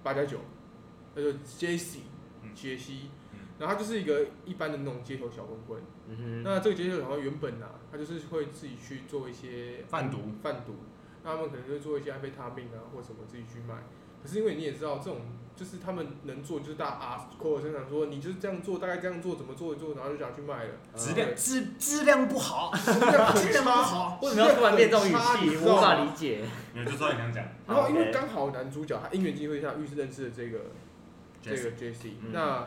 S2: 八加九，叫做 Jesse
S1: 嗯
S2: 杰西
S1: 嗯，
S2: 然后他就是一个一般的那种街头小混混。
S3: 嗯哼，
S2: 那这个街头小混混原本啊，他就是会自己去做一些
S1: 贩毒
S2: 贩毒，那他们可能就做一些安非他命啊或什么自己去卖。可是因为你也知道，这种就是他们能做，就是大家啊口口声声说你就是这样做，大概这样做，怎么做一做，然后就想去卖了，
S1: 质量
S2: 呃对
S1: 质质量不
S2: [laughs]
S1: 好，
S2: 质量
S1: 质
S2: 很
S1: 量不
S2: 差。
S1: 好。
S3: [laughs] 为什么要突然变这种语气？无法理解。哦
S1: 你们就知道你想讲
S2: 然后因为
S3: OK
S2: 刚好男主角他因缘机会下遇认识了这个这个 J.C.，
S1: 嗯
S2: 那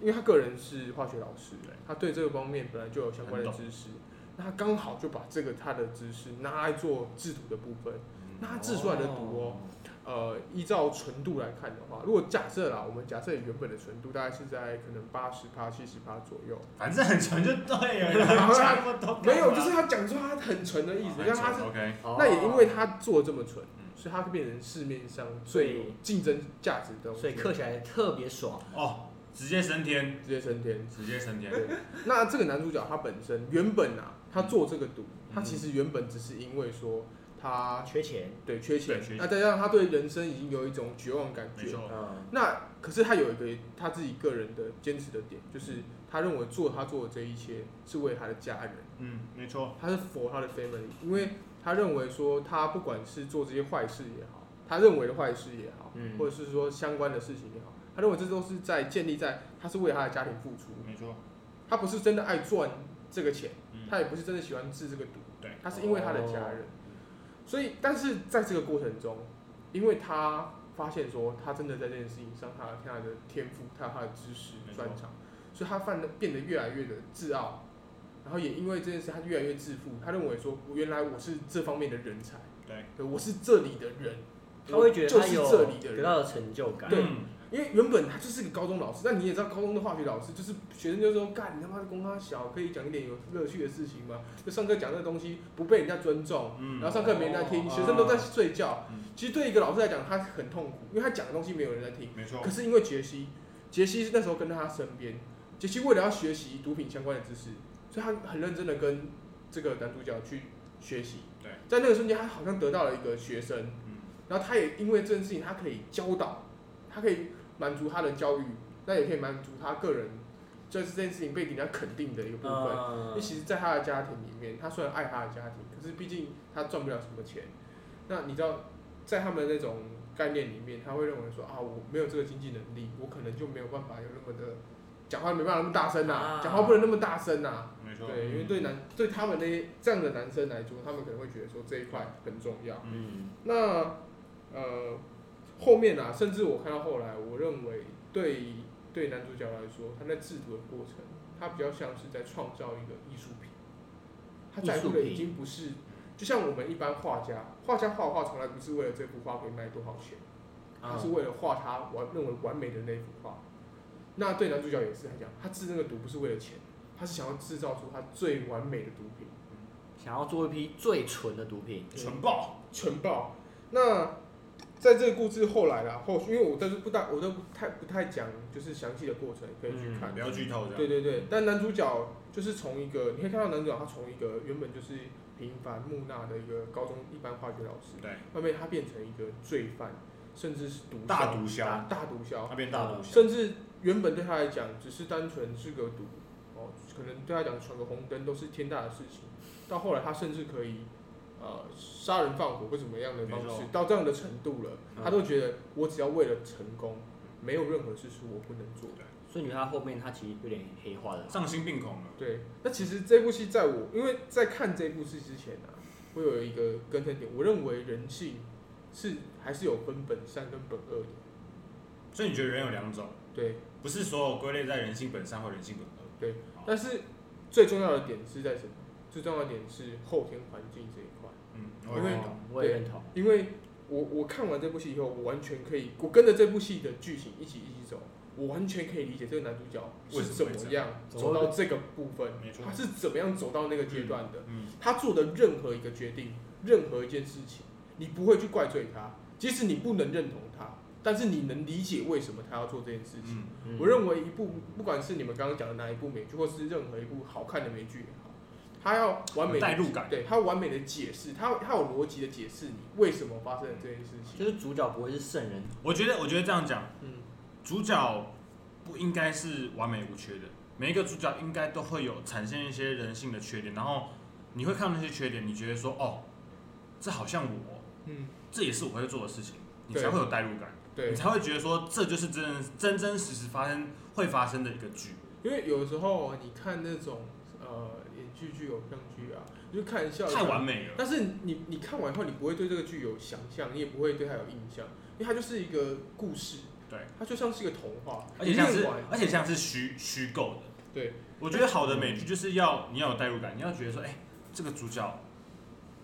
S2: 因为他个人是化学老师
S1: 对，
S2: 他对这个方面本来就有相关的
S1: 很
S2: 知识，那他刚好就把这个他的知识拿来做制毒的部分。
S1: 嗯
S2: 那他制出来的毒哦，呃，依照纯度来看的话，如果假设啦，我们假设原本的纯度大概是在可能八十趴、七十趴左右，
S1: 反正很纯就对
S2: [laughs]
S1: 了，你讲那么多哦干嘛
S2: 没有，就是他讲出他很纯的意思，
S1: 很
S2: 让他
S1: 纯
S2: 是
S1: OK，
S3: 哦
S2: 那也因为他做这么纯
S1: 嗯，
S2: 所以他变成市面上最有竞争价值的东西，
S3: 所以刻起来特别爽。
S1: 哦，直接升天，
S2: 直接升天。
S1: 直接升天，
S2: 对，那这个男主角他本身原本啊，他做这个赌，
S1: 嗯
S2: 他其实原本只是因为说他
S3: 缺钱，
S2: 对
S1: 对
S2: 缺钱
S1: 缺钱，
S2: 那再加上他对人生已经有一种绝望感
S1: 没
S2: 觉。
S1: 错，
S3: 嗯，
S2: 那可是他有一个他自己个人的坚持的点，就是他认为做他做的这一切是为他的家人，
S1: 嗯，没错，
S2: 他是 for 他的 family，因为他认为说他不管是做这些坏事也好，他认为的坏事也好，
S3: 嗯
S2: 或者是说相关的事情也好，他认为这都是在建立在他是为他的家庭付出，
S1: 没错，
S2: 他不是真的爱赚这个钱，
S1: 嗯
S2: 他也不是真的喜欢治这个毒，
S1: 对哦
S2: 他是因为他的家人，所以但是在这个过程中，因为他发现说他真的在这件事情上，他有他的天赋，他有他的知识
S1: 没错
S2: 专长，所以他犯的变得越来越的自傲，然后也因为这件事，他越来越自负，他认为说原来我是这方面的人才，
S1: 对，
S2: 对我是这里的人，
S3: 他会觉得
S2: 就
S3: 他
S2: 是
S3: 有
S2: 这里的
S3: 得
S2: 人，
S3: 到了成就感。
S2: 对
S1: 嗯
S2: 因为原本他就是个高中老师，但你也知道高中的化学老师就是学生就说干你他妈的公他小，可以讲一点有乐趣的事情吗？就上课讲这东西不被人家尊重，
S1: 嗯，
S2: 然后上课没人在听，
S3: 哦
S2: 学生都在睡觉
S1: 嗯。
S2: 其实对一个老师来讲，他很痛苦，因为他讲的东西没有人在听。
S1: 没错
S2: 可，是因为杰西，杰西那时候跟在他身边，杰西为了要学习毒品相关的知识，所以他很认真的跟这个男主角去学习。
S1: 对，
S2: 在那个瞬间，他好像得到了一个学生，
S1: 嗯，
S2: 然后他也因为这件事情，他可以教导，他可以满足他的教育，那也可以满足他个人，就是这件事情被人家肯定的一个部分。因为
S3: 嗯，
S2: 其实，在他的家庭里面，他虽然爱他的家庭，可是毕竟他赚不了什么钱。那你知道，在他们那种概念里面，他会认为说啊，我没有这个经济能力，我可能就没有办法有那么的讲话没办法那么大声呐、
S3: 啊嗯
S2: 讲话不能那么大声呐、啊
S1: 没错，
S2: 对，因为对男对他们那些这样的男生来说，他们可能会觉得说这一块很重要。
S3: 嗯，
S2: 那呃，后面啊，甚至我看到后来，我认为对对男主角来说，他在制作的过程，他比较像是在创造一个艺术品。他在乎的
S3: 艺术品
S2: 已经不是，就像我们一般画家，画家画画从来不是为了这幅画可以卖多少钱，他是
S3: 嗯
S2: 为了画他完认为完美的那幅画。那对男主角也是他讲，他制那个毒不是为了钱，他是想要制造出他最完美的毒品。
S3: 想要做一批最纯的毒品。
S1: 纯爆，
S2: 纯爆。那在这个故事后来啦，后续因为我都是不大，我都不太不太讲，就是详细的过程可以去看。
S1: 不要剧透这样，
S2: 对对对，但男主角就是从一个，你可以看到男主角他从一个原本就是平凡木讷的一个高中一般化学老师，
S1: 对，
S2: 慢慢他变成一个罪犯，甚至是毒枭
S1: 大毒枭，
S2: 大毒枭
S1: 那，边大毒枭，
S2: 甚至原本对他来讲只是单纯是个赌哦，可能对他讲闯个红灯都是天大的事情，到后来他甚至可以呃杀人放火或怎么样的方
S1: 没错
S2: 式，到这样的程度了，
S1: 嗯
S2: 他都觉得我只要为了成功，没有任何事是我不能做的。
S3: 所以你看他后面他其实有点黑化的。
S1: 丧心病狂了，
S2: 对，那其实这部戏在我因为在看这部戏之前啊，我有一个跟跟点，我认为人性是还是有分本善跟本恶的。
S1: 所以你觉得人有两种，
S2: 对，
S1: 不是所有归类在人性本善或人性本恶，哦
S2: 但是最重要的点是在什么？最重要的点是后天环境这一块，
S1: 嗯，我
S2: 因为
S1: 认
S3: 哦
S1: 同，
S3: 我也认同。
S2: 因为我我看完这部戏以后，我完全可以，我跟着这部戏的剧情一起一起走，我完全可以理解这个男主角
S1: 为
S2: 是
S1: 什
S2: 怎
S1: 么会
S2: 么样
S3: 这样
S2: 走到这个部分
S1: 没错，
S2: 他是怎么样走到那个阶段的，
S1: 嗯，
S2: 他做的任何一个决定，任何一件事情，你不会去怪罪他，即使你不能认同他，但是你能理解为什么他要做这件事情。
S1: 嗯，
S3: 嗯
S2: 我认为一部不管是你们刚刚讲的哪一部美剧，或是任何一部好看的美剧也好，它要完美地
S1: 代入感
S2: 对它要完美的解释，它它有逻辑的解释你为什么发生了这件事情。
S3: 就是主角不会是圣人，
S1: 我觉得我觉得这样讲。
S2: 嗯，
S1: 主角不应该是完美无缺的，每一个主角应该都会有产生一些人性的缺点，然后你会看到那些缺点，你觉得说哦，这好像我，
S2: 嗯，
S1: 这也是我会做的事情，你
S2: 对
S1: 才会有代入感。
S2: 对
S1: 你，才会觉得说这就是真真真实实发生会发生的一个剧。
S2: 因为有时候你看那种呃连续剧、偶像剧啊，你就看一笑，
S1: 太完美了。
S2: 但是你你看完以后，你不会对这个剧有想象，你也不会对它有印象，因为它就是一个故事，
S1: 对，
S2: 它就像是一个童话，
S1: 而且像
S2: 你
S1: 是
S2: 念完
S1: 而且像是虚虚构的。
S2: 对，
S1: 我觉得好的美剧就是要你要有代入感，你要觉得说，哎、这个主角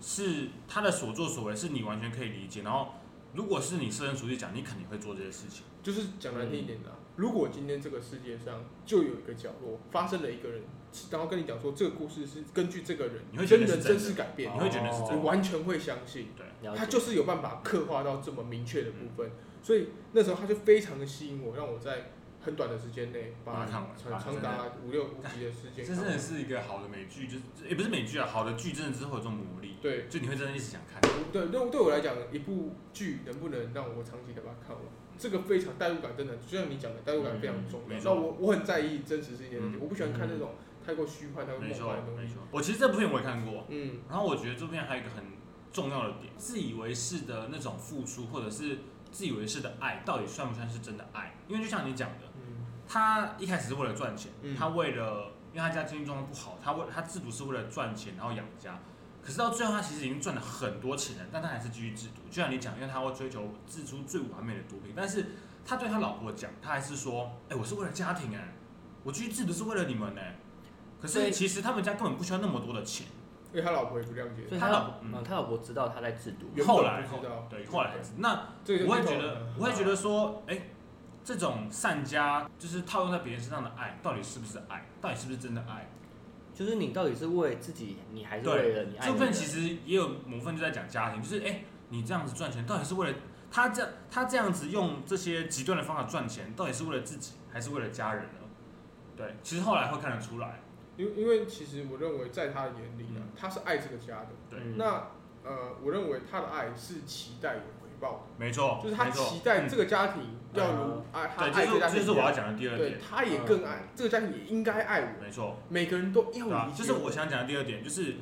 S1: 是他的所作所为是你完全可以理解，然后如果是你设身处地讲，你肯定会做这些事情。
S2: 就是讲难听一点的啊、
S1: 嗯
S2: 如果今天这个世界上就有一个角落发生了一个人，然后跟你讲说这个故事是根据这个人
S1: 你会觉得
S2: 真
S1: 是
S2: 人
S1: 真的哦
S2: 真实改编，
S1: 你会觉得是
S2: 你
S1: 真的
S2: 完全会相信。
S3: 了解
S2: 他就是有办法刻画到这么明确的部分，
S1: 嗯
S2: 所以那时候他就非常的吸引我，让我在很短的时间内把
S1: 把它看完
S2: 长
S1: 把它
S2: 长达五六五集的时
S1: 这
S2: 间
S1: 真
S2: 看
S1: 的
S2: 完。
S1: 是一个好的美剧，就是也不是美剧啊，好的剧真的是会有这种魔力，
S2: 对
S1: 就你会真的一直想看。
S2: 对对，对我来讲，一部剧能不能让我长期的把它看完，这个非常代入感真的，就像你讲的代入感非常重
S1: 嗯
S2: 要
S1: 没。错
S2: 那我我很在意真实是一件事情，
S1: 嗯
S2: 我不喜欢看那种太过虚幻、太过
S1: 没
S2: 梦
S1: 错
S2: 幻的，东
S1: 没
S2: 西。
S1: 错。我其实这部片我也看过，
S2: 嗯，
S1: 然后我觉得这部片还有一个很重要的点，自以为是的那种付出，或者是自以为是的爱，到底算不算是真的爱？因为就像你讲的，
S2: 嗯
S1: 他一开始是为了赚钱，
S2: 嗯
S1: 他为了因为他家经济状况不好，他为他制毒是为了赚钱，然后养家。可是到最后，他其实已经赚了很多钱了，但他还是继续制毒。就像你讲，因为他会追求制出最完美的毒品，但是他对他老婆讲，他还是说：“哎、我是为了家庭哎、我继续制毒是为了你们哎、可是
S3: 对
S1: 其实他们家根本不需要那么多的钱。
S2: 因为他老婆也不谅解
S3: 所以
S1: 他
S3: 他
S1: 老
S3: 老
S1: 嗯
S3: 嗯，他老婆知道他在制毒，
S2: 原本
S1: 后来
S2: 不知道
S1: 对，后来才知那
S2: 这个就
S1: 我会
S2: 剧透
S1: 觉
S2: 了
S1: 得
S2: 嗯，
S1: 我会觉得说，哎、这种善加就是套用在别人身上的爱，到底是不是爱？到底是不是真的爱？
S3: 就是你到底是为自己，你还是
S1: 对
S3: 为了你爱
S1: 这部
S3: 你的
S1: 分
S3: 人
S1: 其实也有某份就在讲家庭，就是哎、你这样子赚钱到底是为了他这他这样子用这些极端的方法赚钱，到底是为了自己还是为了家人呢？对，其实后来会看得出来，
S2: 嗯因因为其实我认为在他的眼里呢
S1: 嗯，
S2: 他是爱这个家的。
S1: 对，
S3: 嗯
S2: 那呃，我认为他的爱是期待有回报
S1: 没错
S2: 的，，就是他
S1: 没错
S2: 期待
S1: 嗯
S2: 这个家庭要如
S3: 嗯
S2: 爱他
S1: 对，
S2: 爱
S1: 这
S2: 这
S1: 是这
S2: 个家庭
S1: 就
S2: 一
S1: 是我要
S2: 样，
S1: 讲的第二
S2: 对，嗯
S1: 点，
S2: 他也更爱这个家庭，也应该爱我。
S1: 没错。
S2: 每个人都
S1: 对
S2: 要
S1: 啊
S2: 理，解，
S1: 就是我想讲的第二点，就是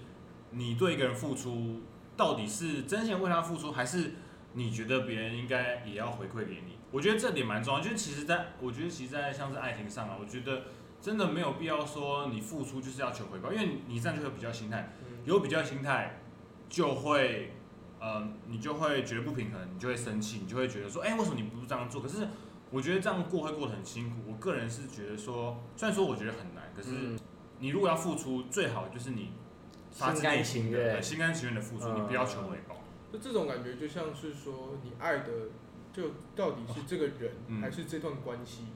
S1: 你对一个人付出，到底是真心为他付出，还是你觉得别人应该也要回馈给你？我觉得这点蛮重要，就是其实在我觉得其实，在像是爱情上啊，我觉得真的没有必要说你付出就是要求回报，因为你这样就会比较心态，
S2: 嗯
S1: 有比较心态就会。呃，你就会觉得不平衡，你就会生气，你就会觉得说，哎、为什么你不这样做？可是我觉得这样过会过得很辛苦。我个人是觉得说，虽然说我觉得很难，可是
S3: 嗯
S1: 你如果要付出，最好就是你发自
S3: 心甘
S1: 内心的、
S3: 情愿
S1: 对心甘情愿的付出，
S3: 嗯
S1: 你不要求回报。
S2: 就这种感觉，就像是说你爱的就到底是这个人
S1: 嗯
S2: 还是这段关系？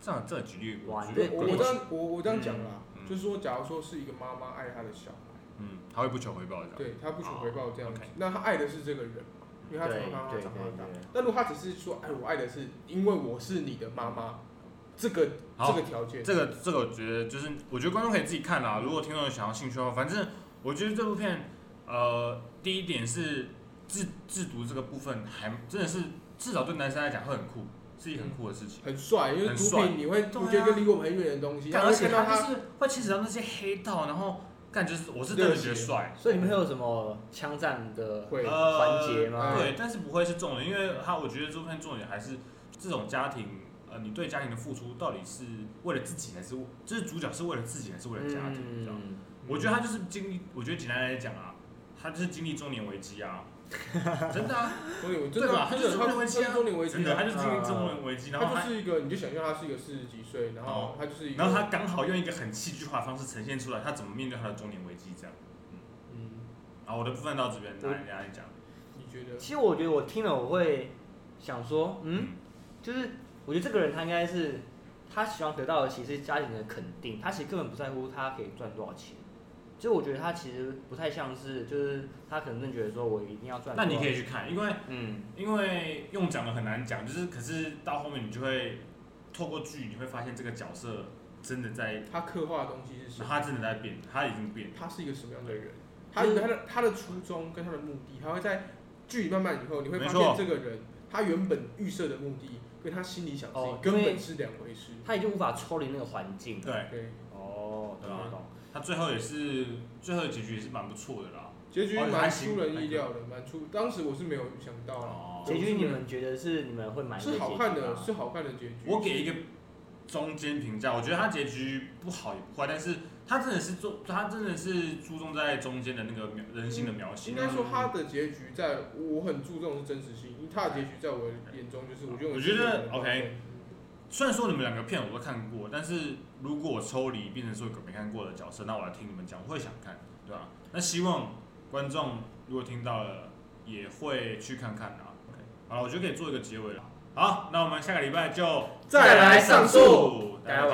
S1: 这样这举例，
S3: 哇
S1: 我觉
S3: 你对
S1: 得
S2: 我
S1: 不
S2: 我
S1: 错
S2: 这样我我这样讲啦
S1: 嗯，嗯
S2: 就是说，假如说是一个妈妈爱她的小孩。
S1: 嗯，他会不求回报的。
S2: 对他不求回报这样子
S1: 哦，OK，
S2: 那他爱的是这个人嘛，因为他从
S3: 对
S2: 妈妈
S3: 对
S2: 长
S3: 对
S2: 到大
S3: 对。
S2: 那如果他只是说，哎，我爱的是因为我是你的妈妈，这个这
S1: 好
S2: 个条件，
S1: 这个这个我觉得就是，我觉得观众可以自己看啦。如果听众有想要兴趣的话，反正我觉得这部片，呃，第一点是制制毒这个部分还真的是至少对男生来讲会很酷，是一个很酷的事情。
S2: 很帅，因为
S1: 很
S2: 毒
S1: 帅
S2: 品你会
S1: 对
S2: 你
S1: 啊
S2: 觉得跟离我们很远的东西，
S1: 但
S2: 然后
S1: 而
S2: 会
S1: 且
S2: 看到
S1: 他
S2: 他
S1: 就是会牵扯到那些黑道，然后干就是我是真的觉得帅。
S3: 所以你们会有什么枪战的
S2: 会
S1: 呃
S3: 环节
S2: 嗯
S3: 吗
S1: 对，但是不会是重点，因为他我觉得这部片重点还是这种家庭，呃，你对家庭的付出到底是为了自己还是为就是主角是为了自己还是为了家庭？你知道吗？
S3: 嗯，
S1: 我觉得他就是经历，我觉得简单来讲啊，他就是经历中年危机
S2: [laughs]
S1: 啊，真的啊，
S2: 中年危真的
S1: 对吧
S2: 真的
S1: 他就是
S2: 他
S1: 中年危机啊
S2: 他是中年
S1: 真
S2: 危机
S1: 的，
S2: 啊，
S1: 他就是经历中年危机，然后
S2: 他
S1: 他
S2: 就是一个，你就想象他是一个四十几岁，然后
S1: 哦
S2: 他就是一个，
S1: 然后他刚好用一个很戏剧化的方式呈现出来，他怎么面对他的中年危机这样。
S2: 嗯，
S1: 然后我的部分到这边，来来来讲，
S2: 你觉得
S3: 其实我觉得我听了我会想说，嗯，就是我觉得这个人他应该是他希望得到的其实是家庭的肯定，他其实根本不在乎他可以赚多少钱。就我觉得他其实不太像是，就是他可能真的觉得说我一定要赚。
S1: 那你可以，去看，因为
S3: 嗯，
S1: 因为用讲的很难讲，就是可是到后面你就会透过剧，你会发现这个角色真的在，
S2: 他刻画的东西是什么？
S1: 他真的在变，他已经变了。
S2: 他是一个什么样的人，他
S3: 就是
S2: 他的他的初衷跟他的目的，他会在剧慢慢以后，你会发
S1: 没
S2: 现
S1: 错
S2: 这个人他原本预设的目的跟他心里想的事情
S3: 哦
S2: 根
S3: 因
S2: 本
S3: 为
S2: 是两回事。
S3: 他已经无法抽离那个环境。
S1: 对
S2: 对，
S3: 哦，懂
S1: 对啊
S3: 懂懂。
S1: 他最后也是最后的结局也是蛮不错的啦。
S2: 结局
S1: 哦还
S2: 蛮
S1: 行
S2: 出人
S1: 还
S2: 意
S1: 可以
S2: 料的，蛮出，当时我是没有想到啊，
S1: 哦
S3: 结局你们觉得是你们会满意
S2: 是
S3: 的
S2: 好看
S3: 结局
S2: 的，
S3: 吗
S2: 是好看的结局。
S1: 我给一个中间评价，我觉得它结局不好也不坏，但是它真的是做，它真的是注重在中间的那个描人性的描写。
S2: 应该说他的结局在我很注重是真实性，因为他的结局在我眼中就是我觉得
S1: 我觉得
S2: 是好的
S1: OK 虽然说你们两个片我都看过，但是如果我抽离变成说一个没看过的角色，那我来听你们讲，我会想看，对吧、那希望观众如果听到了，也会去看看啊。OK，好了，我觉得可以做一个结尾了。好，那我们下个礼拜就
S2: 再来上
S1: 上
S2: 诉
S1: 大家晚安。